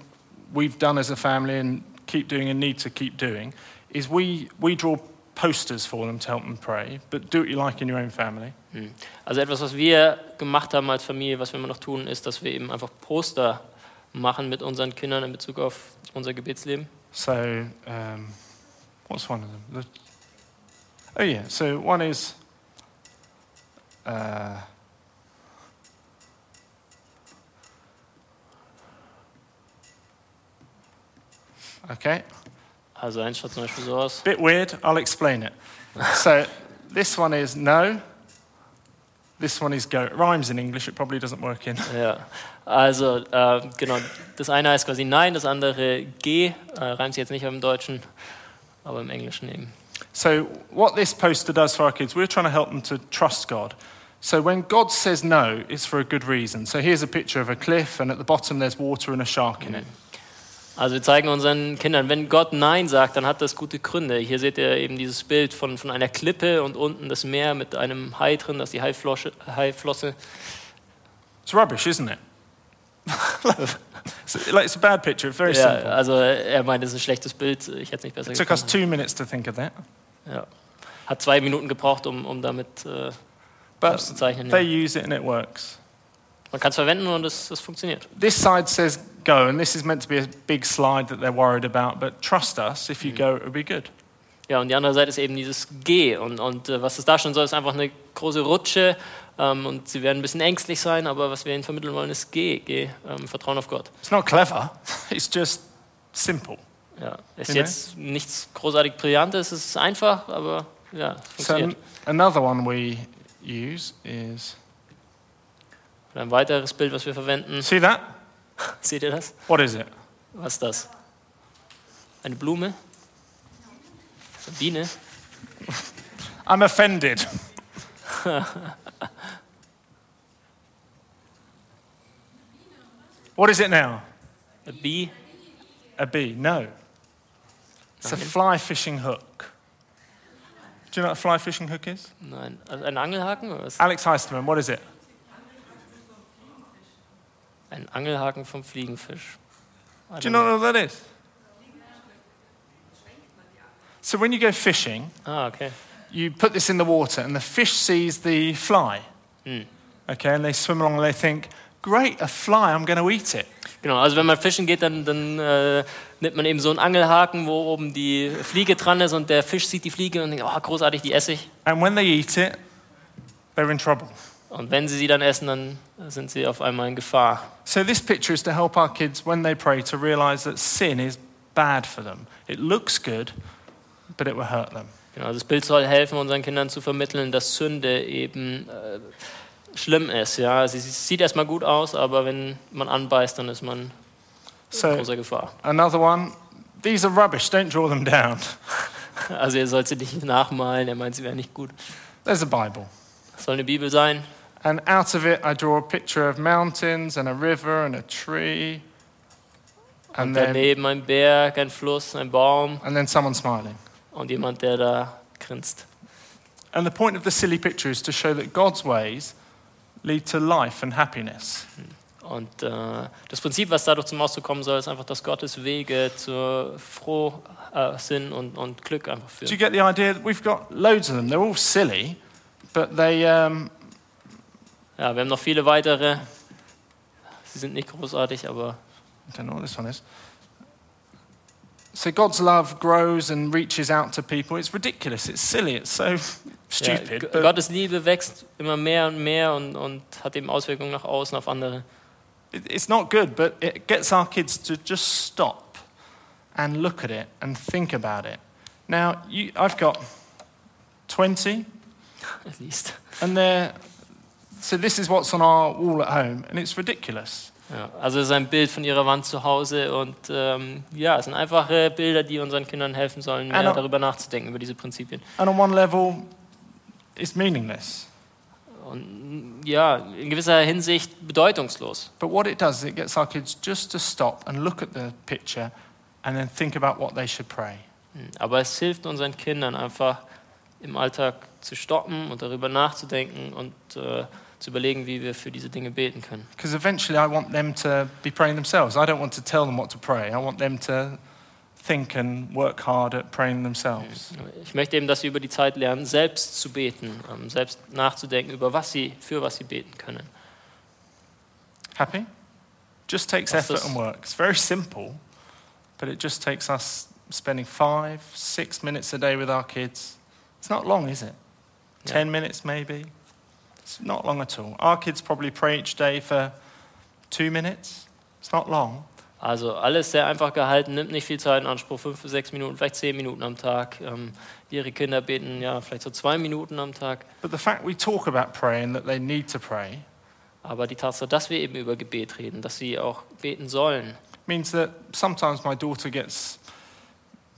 Speaker 2: we've done as a family and keep doing and need to keep doing, is we, we draw posters for them to help them pray, but do it you like in your own family.
Speaker 1: Hm. Also etwas, was wir gemacht haben als Familie, was wir immer noch tun, ist, dass wir eben einfach Poster machen mit unseren Kindern in Bezug auf unser Gebetsleben.
Speaker 2: So, um, what's one of them? The, oh, yeah. So, one is. Uh, okay.
Speaker 1: Also eins schaut zum Beispiel so aus.
Speaker 2: Bit weird. I'll explain it. so, this one is no. This one is go. It rhymes in English. It probably doesn't work in.
Speaker 1: Ja. Also äh, genau, das eine heißt quasi Nein, das andere G. Äh, reimt sich jetzt nicht im Deutschen, aber im Englischen eben.
Speaker 2: So, what this poster does for our kids, we're trying to help them to trust God. So, when God says no, it's for a good reason. So, here's a picture of a cliff, and at the bottom, there's water and a shark in it.
Speaker 1: Also wir zeigen unseren Kindern, wenn Gott Nein sagt, dann hat das gute Gründe. Hier seht ihr eben dieses Bild von, von einer Klippe und unten das Meer mit einem Hai drin, das ist die Haiflosche, Haiflosse.
Speaker 2: It's rubbish, isn't it? so, like, it's a bad picture, very
Speaker 1: Ja,
Speaker 2: simple.
Speaker 1: also er meint, das ist ein schlechtes Bild, ich hätte es nicht besser
Speaker 2: It took us
Speaker 1: gefunden.
Speaker 2: two minutes to think of that.
Speaker 1: Ja. Hat zwei Minuten gebraucht, um, um damit äh,
Speaker 2: But
Speaker 1: auszuzeichnen.
Speaker 2: they
Speaker 1: Ja.
Speaker 2: use it and it works.
Speaker 1: Man kann es verwenden und es, es funktioniert.
Speaker 2: This side says go, and this is meant to be a big slide that they're worried about, but trust us, if you go, it'll be good.
Speaker 1: Ja, und die andere Seite ist eben dieses G. Und, und äh, was das darstellen soll, ist einfach eine große Rutsche. Ähm, und sie werden ein bisschen ängstlich sein, aber was wir ihnen vermitteln wollen, ist G. G ähm, Vertrauen auf Gott.
Speaker 2: It's not clever, it's just simple.
Speaker 1: Ja. Ist
Speaker 2: Genau.
Speaker 1: jetzt nichts großartig Brillantes, es ist einfach, aber ja, es
Speaker 2: So,
Speaker 1: funktioniert.
Speaker 2: another one we use is
Speaker 1: Und ein weiteres Bild, was wir verwenden,
Speaker 2: see that?
Speaker 1: seht ihr das?
Speaker 2: What is it?
Speaker 1: Was ist das? Eine Blume? Eine Biene?
Speaker 2: I'm offended. what is it now?
Speaker 1: Eine Bee?
Speaker 2: A bee? No. It's a fly fishing hook. Do you know what a fly fishing hook is?
Speaker 1: Nein. Also ein Angelhaken oder was?
Speaker 2: Alex Heisterman, what is it?
Speaker 1: Ein Angelhaken vom Fliegenfisch. I
Speaker 2: Do
Speaker 1: don't
Speaker 2: you not know what that is? So when you go fishing,
Speaker 1: know. Ah, okay.
Speaker 2: you put this in the water and the fish sees the fly.
Speaker 1: Mm.
Speaker 2: Okay, and they swim along and they think, great, a fly, I'm going to eat it.
Speaker 1: Genau, also wenn man fischen geht, dann, dann äh, nimmt man eben so einen Angelhaken, wo oben die Fliege dran ist und der Fisch sieht die Fliege und denkt, oh, großartig, die esse ich.
Speaker 2: And when they eat it, they're in trouble.
Speaker 1: Und wenn sie sie dann essen, dann sind sie auf einmal in Gefahr.
Speaker 2: So this picture is to help our kids when they pray to realize that sin is bad for them. It looks good, but it will hurt them.
Speaker 1: Genau, also das Bild soll helfen, unseren Kindern zu vermitteln, dass Sünde eben äh, schlimm ist. Ja, sie, sie sieht erstmal gut aus, aber wenn man anbeißt, dann ist man in
Speaker 2: So
Speaker 1: großer Gefahr.
Speaker 2: another one, these are rubbish, don't draw them down.
Speaker 1: Also ihr sollt sie nicht nachmalen, er meint, sie wäre nicht gut.
Speaker 2: There's a Bible.
Speaker 1: Das soll eine Bibel sein.
Speaker 2: And out of it, I draw a picture of mountains and a river and a tree.
Speaker 1: Und
Speaker 2: And then,
Speaker 1: daneben ein Berg, ein Fluss, ein Baum
Speaker 2: and then someone smiling.
Speaker 1: und jemand, der da grinst.
Speaker 2: And the point of the silly picture is to show that God's ways lead to life and happiness.
Speaker 1: Und äh, das Prinzip, was dadurch zum Ausdruck kommen soll, ist einfach, dass Gottes Wege zu Froh, äh, Sinn und, und Glück einfach
Speaker 2: Do you
Speaker 1: führen.
Speaker 2: get the idea? We've got loads of them. They're all silly, but they, um,
Speaker 1: Ja, wir haben noch viele weitere. Sie sind nicht großartig, aber
Speaker 2: I don't know what this one is. So God's love grows and reaches out to people. It's ridiculous. It's silly. It's so
Speaker 1: Ja,
Speaker 2: stupid.
Speaker 1: G-
Speaker 2: but-
Speaker 1: Gottes Liebe wächst immer mehr und mehr und, und hat eben Auswirkungen nach außen auf andere.
Speaker 2: It- It's not good, but it gets our kids to just stop and look at it and think about it. Now, you, I've got 20,
Speaker 1: Liest.
Speaker 2: and they're. So, this is what's on our wall at home, and it's ridiculous.
Speaker 1: Ja, also es ist ein Bild von ihrer Wand zu Hause und ähm, ja, es sind einfache Bilder, die unseren Kindern helfen sollen, mehr
Speaker 2: Anna-
Speaker 1: darüber nachzudenken, über diese Prinzipien.
Speaker 2: And on one level, it's meaningless.
Speaker 1: Und ja, in gewisser Hinsicht bedeutungslos.
Speaker 2: But what it does is it gets our kids just to stop and look at the picture and then think about what they should pray.
Speaker 1: Aber es hilft unseren Kindern einfach im Alltag zu stoppen und darüber nachzudenken und äh, zu überlegen, wie wir für diese Dinge beten können.
Speaker 2: Because eventually I want them to be praying themselves. I don't want to tell them what to pray. I want them to think and work hard at praying themselves.
Speaker 1: Äh, Ich möchte eben, dass sie über die Zeit lernen, selbst zu beten, ähm, selbst nachzudenken, über was sie, für was sie beten können.
Speaker 2: Happy? Just takes
Speaker 1: That's
Speaker 2: effort
Speaker 1: us.
Speaker 2: and work. It's very simple, but it just takes us spending five, six minutes a day with our kids. It's not long, is it?
Speaker 1: Yeah.
Speaker 2: Ten minutes maybe. It's not long at all. Our kids probably pray each day for two minutes. It's not long.
Speaker 1: Also alles sehr einfach gehalten, nimmt nicht viel Zeit in Anspruch, fünf bis sechs Minuten, vielleicht zehn Minuten am Tag. Ähm, ihre Kinder beten ja vielleicht so zwei Minuten am Tag.
Speaker 2: But the fact we talk about praying, that they need to pray,
Speaker 1: Aber die Tatsache, dass wir eben über Gebet reden, dass sie auch beten sollen,
Speaker 2: means that sometimes my daughter gets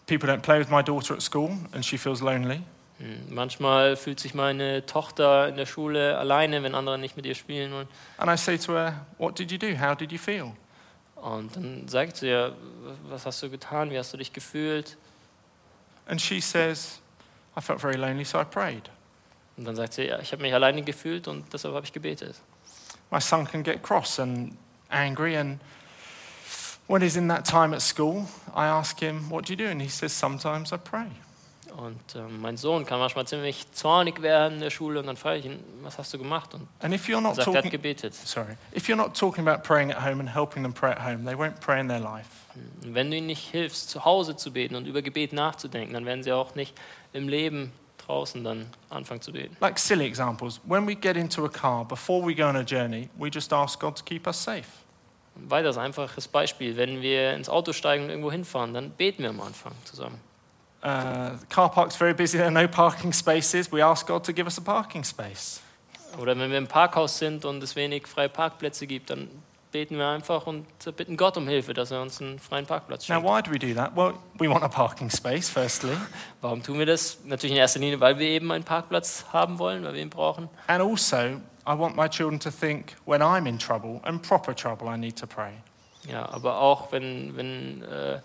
Speaker 2: people don't play with my daughter at school and she feels lonely
Speaker 1: Hm, Manchmal fühlt sich meine Tochter in der Schule alleine, wenn andere nicht mit ihr spielen wollen.
Speaker 2: and i say to her what did you do how did you feel
Speaker 1: Und dann sage ich zu ihr, was hast du getan, wie hast du dich gefühlt?
Speaker 2: and she says i felt very lonely so i prayed
Speaker 1: Und dann sagt sie, ja, ich habe mich alleine gefühlt und deshalb habe ich gebetet.
Speaker 2: my son can get cross and angry and when he's in that time at school i ask him what do you do and he says sometimes i pray
Speaker 1: Und ähm, mein Sohn kann manchmal ziemlich zornig werden in der Schule und dann frage ich ihn, was hast du gemacht? Und
Speaker 2: and if you're
Speaker 1: er
Speaker 2: not
Speaker 1: sagt, er hat
Speaker 2: talking
Speaker 1: gebetet.
Speaker 2: sorry if you're not talking about praying at home and helping them pray at home they won't pray in their life
Speaker 1: Und wenn du ihnen nicht hilfst, zu Hause zu beten und über Gebet nachzudenken, dann werden sie auch nicht im Leben draußen dann anfangen zu beten.
Speaker 2: Like silly examples, when we get into a car, before we go on a journey, we just ask God to keep us safe.
Speaker 1: Ein weiteres einfaches Beispiel, wenn wir ins Auto steigen und irgendwo hinfahren, dann beten wir am Anfang zusammen.
Speaker 2: Uh, the car park's very busy, there are no parking spaces. We ask God to give us a parking space.
Speaker 1: Oder wenn wir im Parkhaus sind und es wenig freie Parkplätze gibt, dann beten wir einfach und bitten Gott um Hilfe, dass er uns einen freien Parkplatz
Speaker 2: Now,
Speaker 1: schenkt.
Speaker 2: why do we do that? Well, we want a parking space, firstly,
Speaker 1: Warum tun wir das? Natürlich in erster Linie, weil wir eben einen Parkplatz haben wollen, weil wir ihn brauchen.
Speaker 2: and also, I want my children to think when I'm in trouble, and proper trouble, I need to pray.
Speaker 1: Ja, aber auch wenn, wenn äh,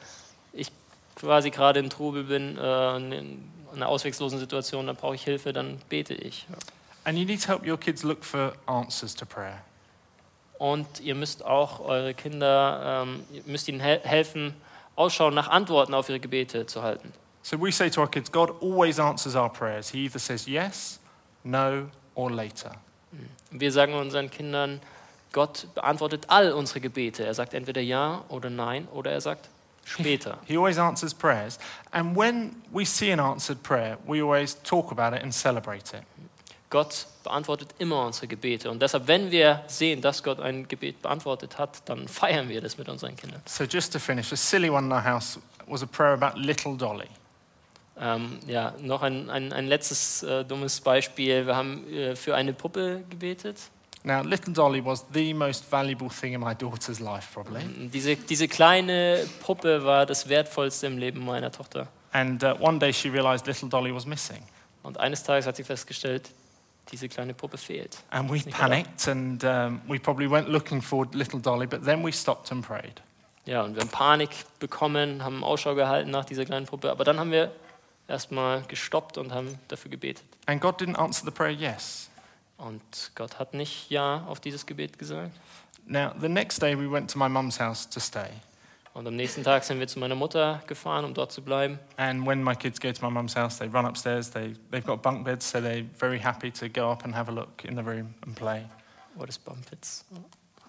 Speaker 1: ich quasi gerade in Trubel bin, äh, und in einer ausweglosen Situation, dann brauche ich Hilfe, dann bete ich.
Speaker 2: And you need to help your kids look for answers to prayer.
Speaker 1: Und ihr müsst auch eure Kinder, ähm, ihr müsst ihnen hel helfen, Ausschau nach Antworten auf ihre Gebete zu halten.
Speaker 2: So we say to our kids, God always answers our prayers. He either says yes, no, or later.
Speaker 1: Wir sagen unseren Kindern, Gott beantwortet all unsere Gebete. Er sagt entweder ja oder nein oder er sagt später.
Speaker 2: He always answers prayers. And when we see an answered prayer, we always talk about it and celebrate it.
Speaker 1: Gott beantwortet immer unsere Gebete. Und deshalb, wenn wir sehen, dass Gott ein Gebet beantwortet hat, dann feiern wir das mit unseren Kindern.
Speaker 2: So, just to finish, a silly one in our house was a prayer about little Dolly.
Speaker 1: Ähm, ja, noch ein, ein, ein letztes äh, dummes Beispiel. Wir haben äh, für eine Puppe gebetet.
Speaker 2: Now, little Dolly was the most valuable thing in my daughter's life, probably.
Speaker 1: Diese, diese kleine Puppe war das Wertvollste im Leben meiner Tochter.
Speaker 2: And uh, one day she realized little Dolly was missing.
Speaker 1: Und eines Tages hat sie festgestellt, diese kleine Puppe fehlt.
Speaker 2: And we
Speaker 1: Sneak it up.
Speaker 2: panicked and um, we probably went looking for little Dolly, but then we stopped and prayed.
Speaker 1: Ja, und wir haben Panik bekommen, haben Ausschau gehalten nach dieser kleinen Puppe. Aber dann haben wir erstmal gestoppt und haben dafür gebetet.
Speaker 2: And God didn't answer the prayer yes.
Speaker 1: Und Gott hat nicht Ja auf dieses Gebet gesagt.
Speaker 2: Now, the next day we went to my mum's house to stay.
Speaker 1: Und am nächsten Tag sind wir zu meiner Mutter gefahren, um dort zu bleiben.
Speaker 2: And when my kids go to my mum's house, they run upstairs. They, they've got bunk beds, so they're very happy to go up and have a look in the room and play.
Speaker 1: What is Oh, Bumpets?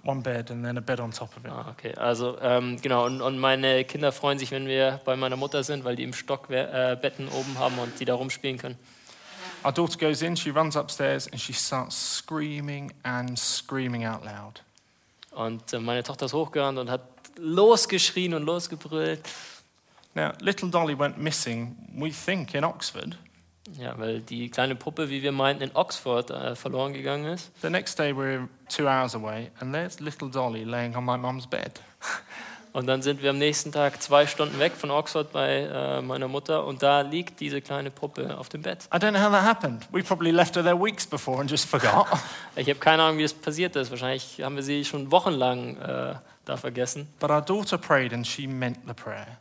Speaker 2: one bed and then a bed on top of it.
Speaker 1: Ah, okay, also ähm, genau, und, und meine Kinder freuen sich, wenn wir bei meiner Mutter sind, weil die im Stock äh, Betten oben haben und die da rumspielen können.
Speaker 2: Our daughter goes in, she runs upstairs, and she starts screaming and screaming out loud.
Speaker 1: Und äh, meine Tochter ist hochgerannt und hat losgeschrien und losgebrüllt.
Speaker 2: Now, little Dolly went missing, we think, in Oxford.
Speaker 1: Ja, weil die kleine Puppe, wie wir meinten, in Oxford äh, verloren gegangen ist.
Speaker 2: The next day, we're two hours away, and there's little Dolly laying on my mum's bed.
Speaker 1: Und dann sind wir am nächsten Tag zwei Stunden weg von Oxford bei äh, meiner Mutter und da liegt diese kleine Puppe auf dem Bett.
Speaker 2: I don't know how that happened. We probably left her there weeks before and just forgot.
Speaker 1: Ich habe keine Ahnung, wie das passiert ist. Wahrscheinlich haben wir sie schon wochenlang äh, da vergessen.
Speaker 2: but our daughter prayed, and she meant the prayer.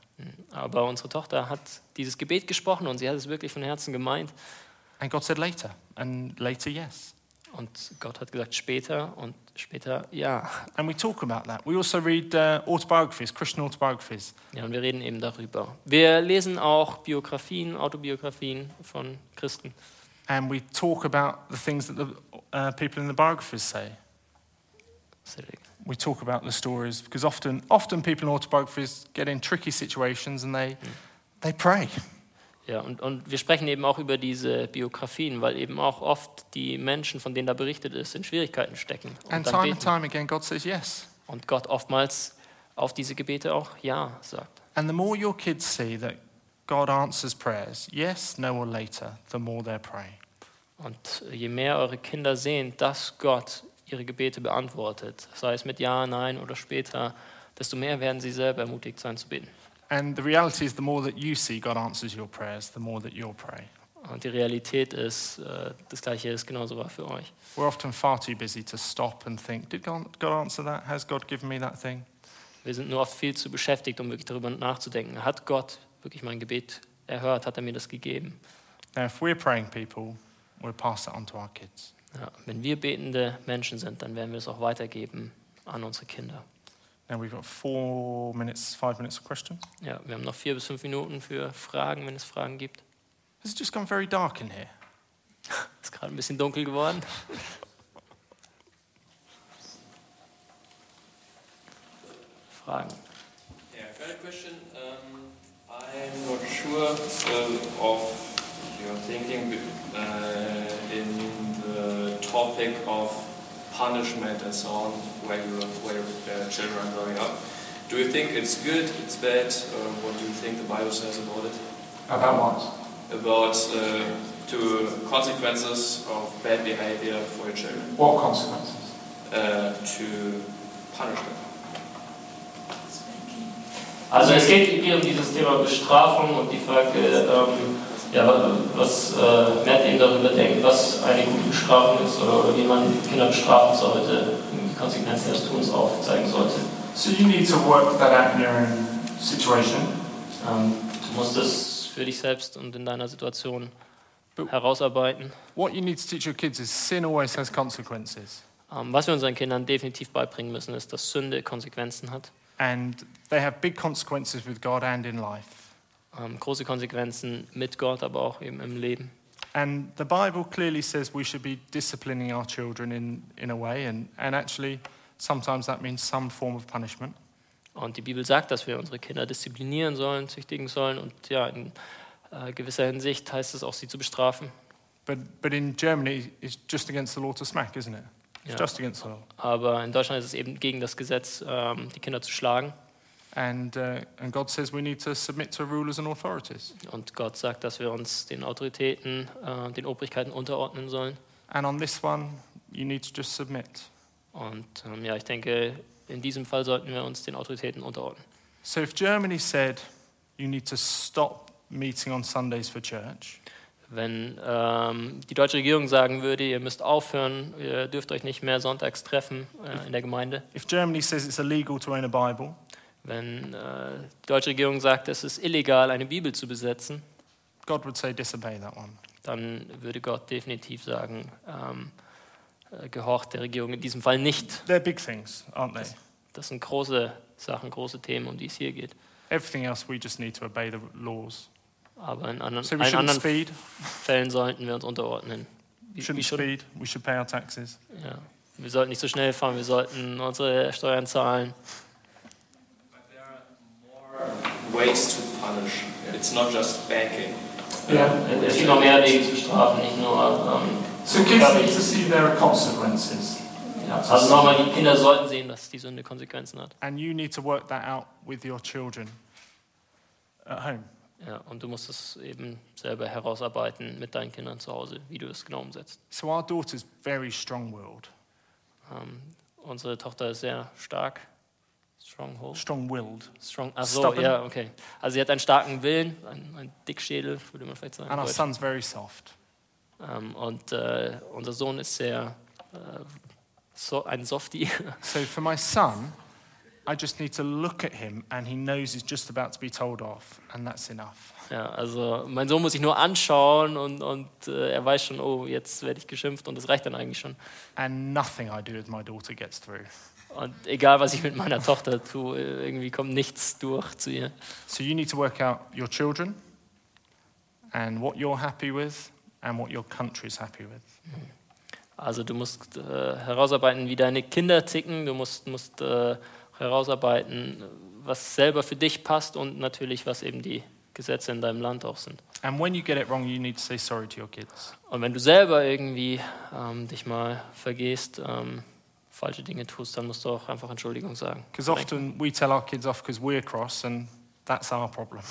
Speaker 1: Aber unsere Tochter hat dieses Gebet gesprochen und sie hat es wirklich von Herzen gemeint.
Speaker 2: And God said later, and later, yes.
Speaker 1: Und Gott hat gesagt, später und später ja.
Speaker 2: And we talk about that. We also read uh, autobiographies, Christian autobiographies.
Speaker 1: Ja, und wir reden eben darüber. Wir lesen auch Biografien, Autobiografien von Christen.
Speaker 2: and we talk about the things that the uh, people in the biographies say. We talk about the stories because often, often people in autobiographies get in tricky situations and they, they pray.
Speaker 1: Ja, und, und wir sprechen eben auch über diese Biografien, weil eben auch oft die Menschen, von denen da berichtet ist, in Schwierigkeiten stecken.
Speaker 2: And
Speaker 1: Und, dann
Speaker 2: time and
Speaker 1: beten.
Speaker 2: time again, God says yes.
Speaker 1: und Gott oftmals auf diese Gebete auch Ja sagt.
Speaker 2: And the more your kids see that God answers prayers, yes, no, or later, the more they pray.
Speaker 1: Und je mehr eure Kinder sehen, dass Gott ihre Gebete beantwortet, sei es mit Ja, Nein oder später, desto mehr werden sie selber ermutigt sein zu beten.
Speaker 2: And the reality is, the more that you see God answers your prayers, the more that you'll pray.
Speaker 1: Und die Realität ist, äh, das Gleiche ist genauso wahr für euch.
Speaker 2: We're often far too busy to stop and think, did God, God answer that? Has God given me that thing?
Speaker 1: Wir sind nur oft viel zu beschäftigt, um wirklich darüber nachzudenken. Hat Gott wirklich mein Gebet erhört? Hat er mir das gegeben?
Speaker 2: Now, if we're praying people, we'll pass that on to our kids.
Speaker 1: Ja, wenn wir betende Menschen sind, dann werden wir es auch weitergeben an unsere Kinder.
Speaker 2: Now, we've got four minutes, five minutes of questions.
Speaker 1: Ja, wir haben noch vier bis fünf Minuten für Fragen, wenn es Fragen gibt.
Speaker 2: Has it just gone very dark in here?
Speaker 1: Ist gerade ein bisschen dunkel geworden. Fragen.
Speaker 6: Yeah, I've got a question. Um, I'm not sure uh, of your thinking uh, in the topic of punishment and so on, where you where uh, children are growing up. Do you think it's good, it's bad, or what do you think the Bible says about it?
Speaker 2: About what?
Speaker 6: About uh, to consequences of bad behavior for your children,
Speaker 2: What consequences?
Speaker 6: uh, to punish them.
Speaker 1: Also es geht, geht um dieses Thema Bestrafung und die Frage, ähm, ja, was äh, Matt eben darüber denkt, was eine gute Bestrafung ist oder, oder wie man Kinder bestrafen sollte, die Konsequenzen des Tuns aufzeigen sollte.
Speaker 2: So you need to work that out in your own situation.
Speaker 1: Ähm, du musst es für dich selbst und in deiner Situation herausarbeiten.
Speaker 2: What you need to teach your kids is sin always has consequences.
Speaker 1: Ähm, was wir unseren Kindern definitiv beibringen müssen, ist, dass Sünde Konsequenzen hat.
Speaker 2: And they have big consequences with God and in life.
Speaker 1: Ähm, große Konsequenzen mit Gott, aber auch eben im Leben.
Speaker 2: And the Bible clearly says we should be disciplining our children in, in a way, and, and actually, sometimes that means some form of punishment.
Speaker 1: Und die Bibel sagt, dass wir unsere Kinder disziplinieren sollen, züchtigen sollen und ja, in äh, gewisser Hinsicht heißt es auch, sie zu bestrafen.
Speaker 2: But, but in Germany, it's just against the law to smack, isn't it? It's
Speaker 1: Ja.
Speaker 2: just against the law.
Speaker 1: Aber in Deutschland ist es eben gegen das Gesetz, ähm, die Kinder zu schlagen.
Speaker 2: And, uh, and God says we need to submit to rulers and authorities.
Speaker 1: Und Gott sagt, dass wir uns den Autoritäten, äh, den Obrigkeiten unterordnen sollen.
Speaker 2: And on this one, you need to just submit.
Speaker 1: Und ähm, ja, ich denke, in diesem Fall sollten wir uns den Autoritäten unterordnen.
Speaker 2: So if Germany said you need to stop meeting on Sundays for church,
Speaker 1: Wenn ähm, die deutsche Regierung sagen würde, ihr müsst aufhören, ihr dürft euch nicht mehr sonntags treffen äh, in der Gemeinde,
Speaker 2: if Germany says it's illegal to own a Bible,
Speaker 1: wenn äh, die deutsche Regierung sagt, es ist illegal, eine Bibel zu besetzen,
Speaker 2: God would say disobey that one.
Speaker 1: dann würde Gott definitiv sagen, ähm, äh, gehorcht der Regierung in diesem Fall nicht.
Speaker 2: They're big things, aren't they?
Speaker 1: Das sind große Sachen, große Themen, um die es hier geht.
Speaker 2: Everything else, we just need to obey the laws.
Speaker 1: Aber in anderen,
Speaker 2: So we
Speaker 1: allen
Speaker 2: shouldn't
Speaker 1: anderen
Speaker 2: speed,
Speaker 1: Fällen sollten wir uns unterordnen. Wie- wie
Speaker 2: shouldn't
Speaker 1: schon-
Speaker 2: speed, we should pay our taxes.
Speaker 1: Ja. Wir sollten nicht so schnell fahren, wir sollten unsere Steuern zahlen.
Speaker 6: But there are more ways to punish. It's not just banking.
Speaker 1: Es gibt noch mehr Wege zu strafen, nicht nur. ähm,
Speaker 7: So kids need to see there are consequences.
Speaker 1: also nochmal, die Kinder sollten sehen, dass die Sünde Konsequenzen hat.
Speaker 2: And you need to work that out with your children at home.
Speaker 1: Ja, und du musst es eben selber herausarbeiten mit deinen Kindern zu Hause, wie du es genau umsetzt.
Speaker 2: So our daughter's very strong willed.
Speaker 1: Ähm, unsere Tochter ist sehr stark. Stronghold.
Speaker 2: Strong willed.
Speaker 1: Strong. Ach so,
Speaker 2: Stubborn.
Speaker 1: ja, okay. Also sie hat einen starken Willen, einen, einen Dickschädel, würde man vielleicht sagen.
Speaker 2: And our
Speaker 1: Deutsch.
Speaker 2: son's very soft.
Speaker 1: Ähm, und äh, unser Sohn ist sehr äh, so, ein Softie.
Speaker 2: So for my son, I just need to look at him and he knows he's just about to be told off, and that's enough.
Speaker 1: ja, also mein Sohn muss ich nur anschauen und, und äh, er weiß schon, oh, jetzt werde ich geschimpft und das reicht dann eigentlich schon.
Speaker 2: And nothing I do with my daughter gets through.
Speaker 1: Und egal, was ich mit meiner Tochter tue, äh, irgendwie kommt nichts durch zu ihr.
Speaker 2: So you need to work out your children and what you're happy with and what your country's happy with.
Speaker 1: Also du musst äh, herausarbeiten, wie deine Kinder ticken, du musst, musst äh, herausarbeiten, was selber für dich passt und natürlich, was eben die Gesetze in deinem Land auch sind.
Speaker 2: And when you get it wrong, you need to say sorry to your kids.
Speaker 1: Und wenn du selber irgendwie ähm, dich mal vergehst, ähm, falsche Dinge tust, dann musst du auch einfach Entschuldigung sagen.
Speaker 2: Because often we tell our kids off because we're cross and that's our problem.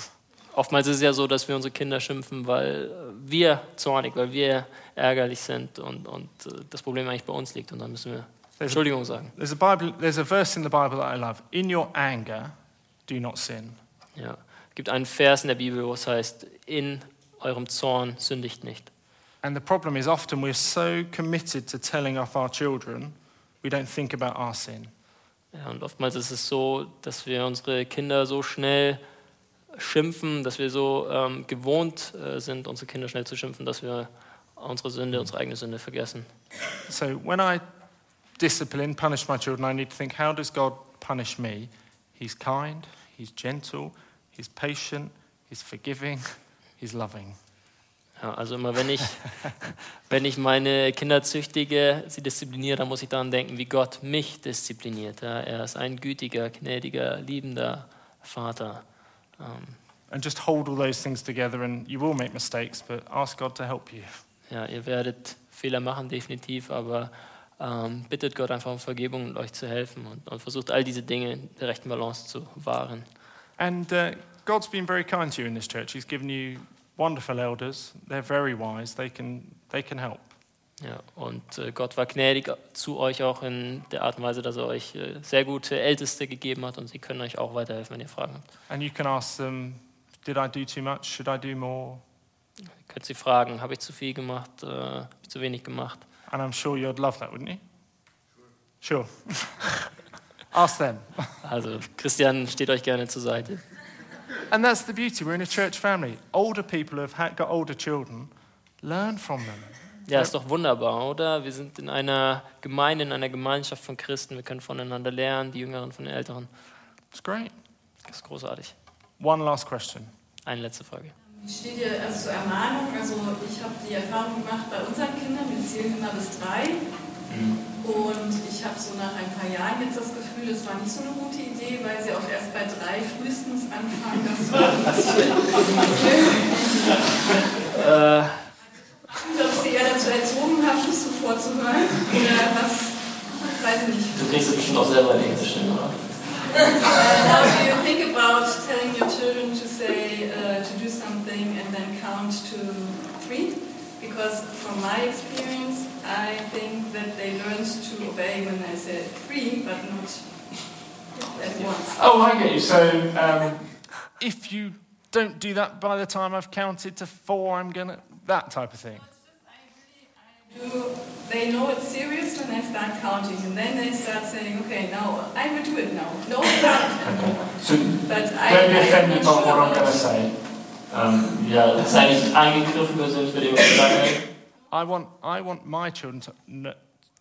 Speaker 1: Oftmals ist es ja so, dass wir unsere Kinder schimpfen, weil äh, wir zornig, weil wir ärgerlich sind und, und äh, das Problem eigentlich bei uns liegt. Und dann müssen wir Entschuldigung sagen.
Speaker 2: There's a, Bible, there's a verse in the Bible that I love. In your anger, do not sin.
Speaker 1: Ja. Es gibt einen Vers in der Bibel, wo es heißt, in eurem Zorn sündigt nicht.
Speaker 2: And the problem is often we're so committed to telling off our children, we don't think about our sin.
Speaker 1: Ja, und oftmals ist es so, dass wir unsere Kinder so schnell schimpfen, dass wir so ähm, gewohnt äh, sind, unsere Kinder schnell zu schimpfen, dass wir unsere Sünde, unsere eigene Sünde vergessen.
Speaker 2: So when I discipline, punish my children, I need to think, how does God punish me? He's kind, he's gentle, he's patient, he's forgiving, he's loving.
Speaker 1: Ja, also immer wenn ich, wenn ich meine Kinder züchtige, sie diszipliniere, dann muss ich daran denken, wie Gott mich diszipliniert. Ja, er ist ein gütiger, gnädiger, liebender Vater. Ähm,
Speaker 2: And just hold all those things together and you will make mistakes, but ask God to help you.
Speaker 1: ja, ihr werdet Fehler machen, definitiv, aber ähm, bittet Gott einfach um Vergebung und euch zu helfen und, und versucht all diese Dinge in der rechten Balance zu wahren.
Speaker 2: And uh, God's been very kind to you in this church. He's given you wonderful elders. They're very wise. They can, they can help.
Speaker 1: Ja, und äh, Gott war gnädig zu euch auch in der Art und Weise, dass er euch äh, sehr gute Älteste gegeben hat und sie können euch auch weiterhelfen, wenn ihr Fragen habt.
Speaker 2: And you can ask them, did I do too much? Should I do more?
Speaker 1: Ihr könnt sie fragen, habe ich zu viel gemacht, äh, habe ich zu wenig gemacht?
Speaker 2: And I'm sure you'd love that, wouldn't you? Sure. ask them.
Speaker 1: Also Christian steht euch gerne zur Seite.
Speaker 2: And that's the beauty. We're in a church family. Older people who have ha- got older children learn from them.
Speaker 1: Ja, ist doch wunderbar, oder? Wir sind in einer Gemeinde, in einer Gemeinschaft von Christen. Wir können voneinander lernen, die Jüngeren von den Älteren.
Speaker 2: It's great.
Speaker 1: Das ist großartig.
Speaker 2: One last question.
Speaker 1: Eine letzte Frage.
Speaker 4: Steht hier also zur Ermahnung, also ich habe die Erfahrung gemacht bei unseren Kindern, wir zählen immer bis drei. Und ich habe so nach ein paar Jahren jetzt das Gefühl, es war nicht so eine gute Idee, weil sie auch erst bei drei frühestens anfangen, das zu
Speaker 1: Äh,
Speaker 4: Ich glaube, sie eher dazu erzogen haben, nicht sofort zu hören. Oder was, weiß ich nicht.
Speaker 1: du kriegst es bestimmt auch selber in die Stimme, oder?
Speaker 4: Uh, now do you think about telling your children to say, uh, to do something and then count to three? Because from my experience, I think that they learned to obey when I said three, but not at once.
Speaker 7: Oh, I get you. So um,
Speaker 2: If you don't do that by the time I've counted to four, I'm going to. That type of thing.
Speaker 4: Do they know it's serious when I start counting, and then they start saying, okay, now I will do it now. No, count.
Speaker 7: so
Speaker 4: but I,
Speaker 7: don't be offended
Speaker 4: I'm
Speaker 7: by
Speaker 4: not
Speaker 7: what
Speaker 4: sure
Speaker 7: I'm going to
Speaker 4: about
Speaker 7: say. Um,
Speaker 1: Ähm, ja, das ist eigentlich angegriffen persönlich mit dem, was ich sage.
Speaker 2: I want, I want my children to, kn-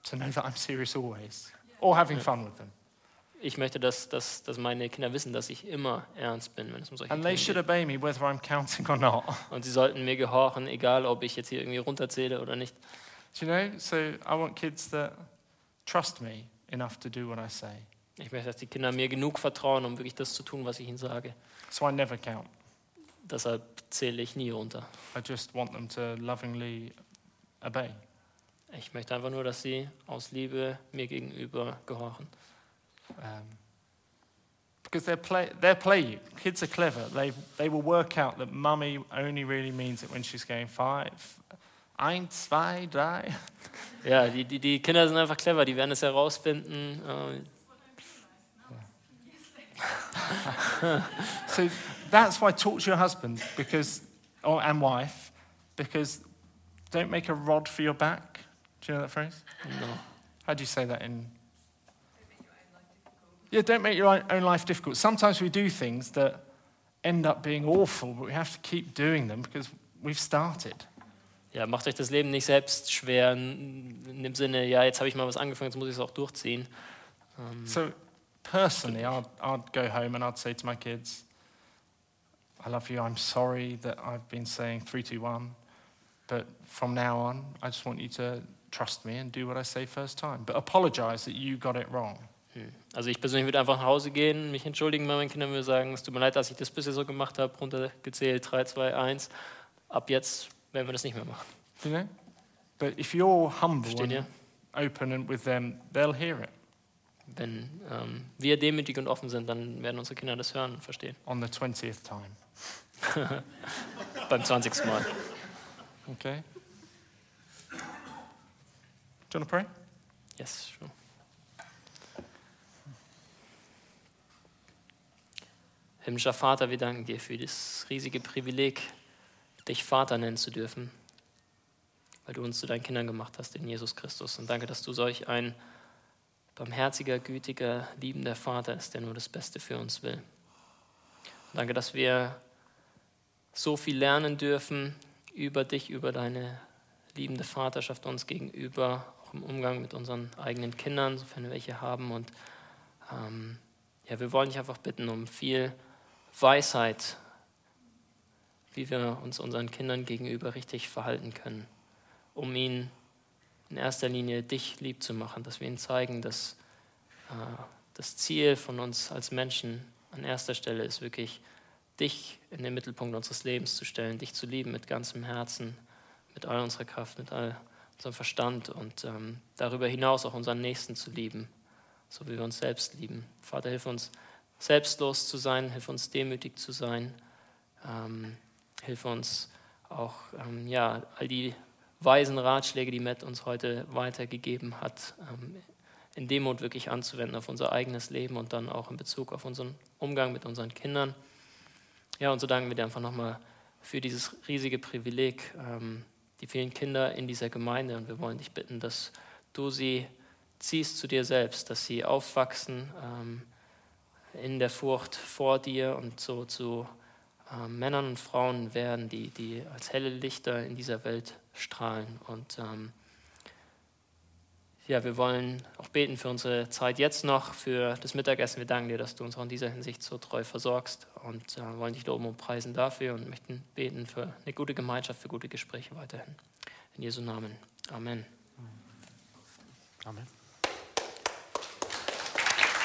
Speaker 2: to know that I'm serious always or having fun with them.
Speaker 1: Ich möchte, dass, dass, dass meine Kinder wissen, dass ich immer ernst bin, wenn es um solche
Speaker 2: And
Speaker 1: Dinge
Speaker 2: they should
Speaker 1: geht.
Speaker 2: obey me whether I'm counting or not.
Speaker 1: Und sie sollten mir gehorchen, egal ob ich jetzt hier irgendwie runterzähle oder nicht.
Speaker 2: Do you know? So I want kids that Trust me enough to do what I say.
Speaker 1: Ich möchte, dass die Kinder mir genug vertrauen, um wirklich das zu tun, was ich ihnen sage.
Speaker 2: So I never count.
Speaker 1: Deshalb zähle ich nie runter.
Speaker 2: I just want them to lovingly obey.
Speaker 1: Ich möchte einfach nur, dass sie aus Liebe mir gegenüber gehorchen.
Speaker 2: Um, because they're play, they're play. Kids are clever. They they will work out that mummy only really means it when she's going five, ein, zwei, drei.
Speaker 1: Ja, die, die, die Kinder sind einfach clever, die werden es herausfinden. äh,
Speaker 2: So that's why talk to your husband because, or and wife, because don't make a rod for your back. Do you know that phrase?
Speaker 1: No.
Speaker 2: How do you say that in? Yeah, don't make your own own life difficult. Sometimes we do things that end up being awful, but we have to keep doing them because we've started.
Speaker 1: Ja, macht euch das Leben nicht selbst schwer, n- in dem Sinne, ja, jetzt habe ich mal was angefangen, jetzt muss ich es auch durchziehen. Ähm,
Speaker 2: So personally, I'd, I'd go home and I'd say to my kids, I love you. I'm sorry that I've been saying 321, but from now on, I just want you to trust me and do what I say first time. But apologize that you got it wrong.
Speaker 1: Also ich persönlich würde einfach nach Hause gehen, mich entschuldigen bei meinen Kindern, würde sagen, es tut mir leid, dass ich das bisher so gemacht habe, runtergezählt, 3, 2, 1. Ab jetzt werden wir das nicht mehr machen.
Speaker 2: You know? But if you're humble
Speaker 1: Versteht ihr?
Speaker 2: and open and with them, they'll hear it
Speaker 1: Wenn ähm, wir demütig und offen sind, dann werden unsere Kinder das hören und verstehen.
Speaker 2: on the 20th time.
Speaker 1: Beim 20. Mal.
Speaker 2: Okay? Do you want to pray?
Speaker 1: Yes, sure. Himmlischer Vater, wir danken dir für das riesige Privileg, dich Vater nennen zu dürfen, weil du uns zu deinen Kindern gemacht hast in Jesus Christus. Und danke, dass du solch ein barmherziger, gütiger, liebender Vater ist, der nur das Beste für uns will. Danke, dass wir so viel lernen dürfen über dich, über deine liebende Vaterschaft uns gegenüber, auch im Umgang mit unseren eigenen Kindern, sofern wir welche haben. Und ähm, ja, wir wollen dich einfach bitten um viel Weisheit, wie wir uns unseren Kindern gegenüber richtig verhalten können, um ihnen in erster Linie dich lieb zu machen, dass wir ihnen zeigen, dass äh, das Ziel von uns als Menschen an erster Stelle ist, wirklich dich in den Mittelpunkt unseres Lebens zu stellen, dich zu lieben mit ganzem Herzen, mit all unserer Kraft, mit all unserem Verstand und ähm, darüber hinaus auch unseren Nächsten zu lieben, so wie wir uns selbst lieben. Vater, hilf uns, selbstlos zu sein, hilf uns, demütig zu sein, ähm, hilf uns auch, ähm, ja, all die weisen Ratschläge, die Matt uns heute weitergegeben hat, ähm, in Demut wirklich anzuwenden auf unser eigenes Leben und dann auch in Bezug auf unseren Umgang mit unseren Kindern. Ja, und so danken wir dir einfach nochmal für dieses riesige Privileg, ähm, die vielen Kinder in dieser Gemeinde. Und wir wollen dich bitten, dass du sie ziehst zu dir selbst, dass sie aufwachsen ähm, in der Furcht vor dir und so zu ähm, Männern und Frauen werden, die, die als helle Lichter in dieser Welt strahlen. Und ähm, ja, wir wollen auch beten für unsere Zeit jetzt noch, für das Mittagessen. Wir danken dir, dass du uns auch in dieser Hinsicht so treu versorgst und äh, wollen dich loben und preisen dafür und möchten beten für eine gute Gemeinschaft, für gute Gespräche weiterhin. In Jesu Namen. Amen.
Speaker 2: Amen.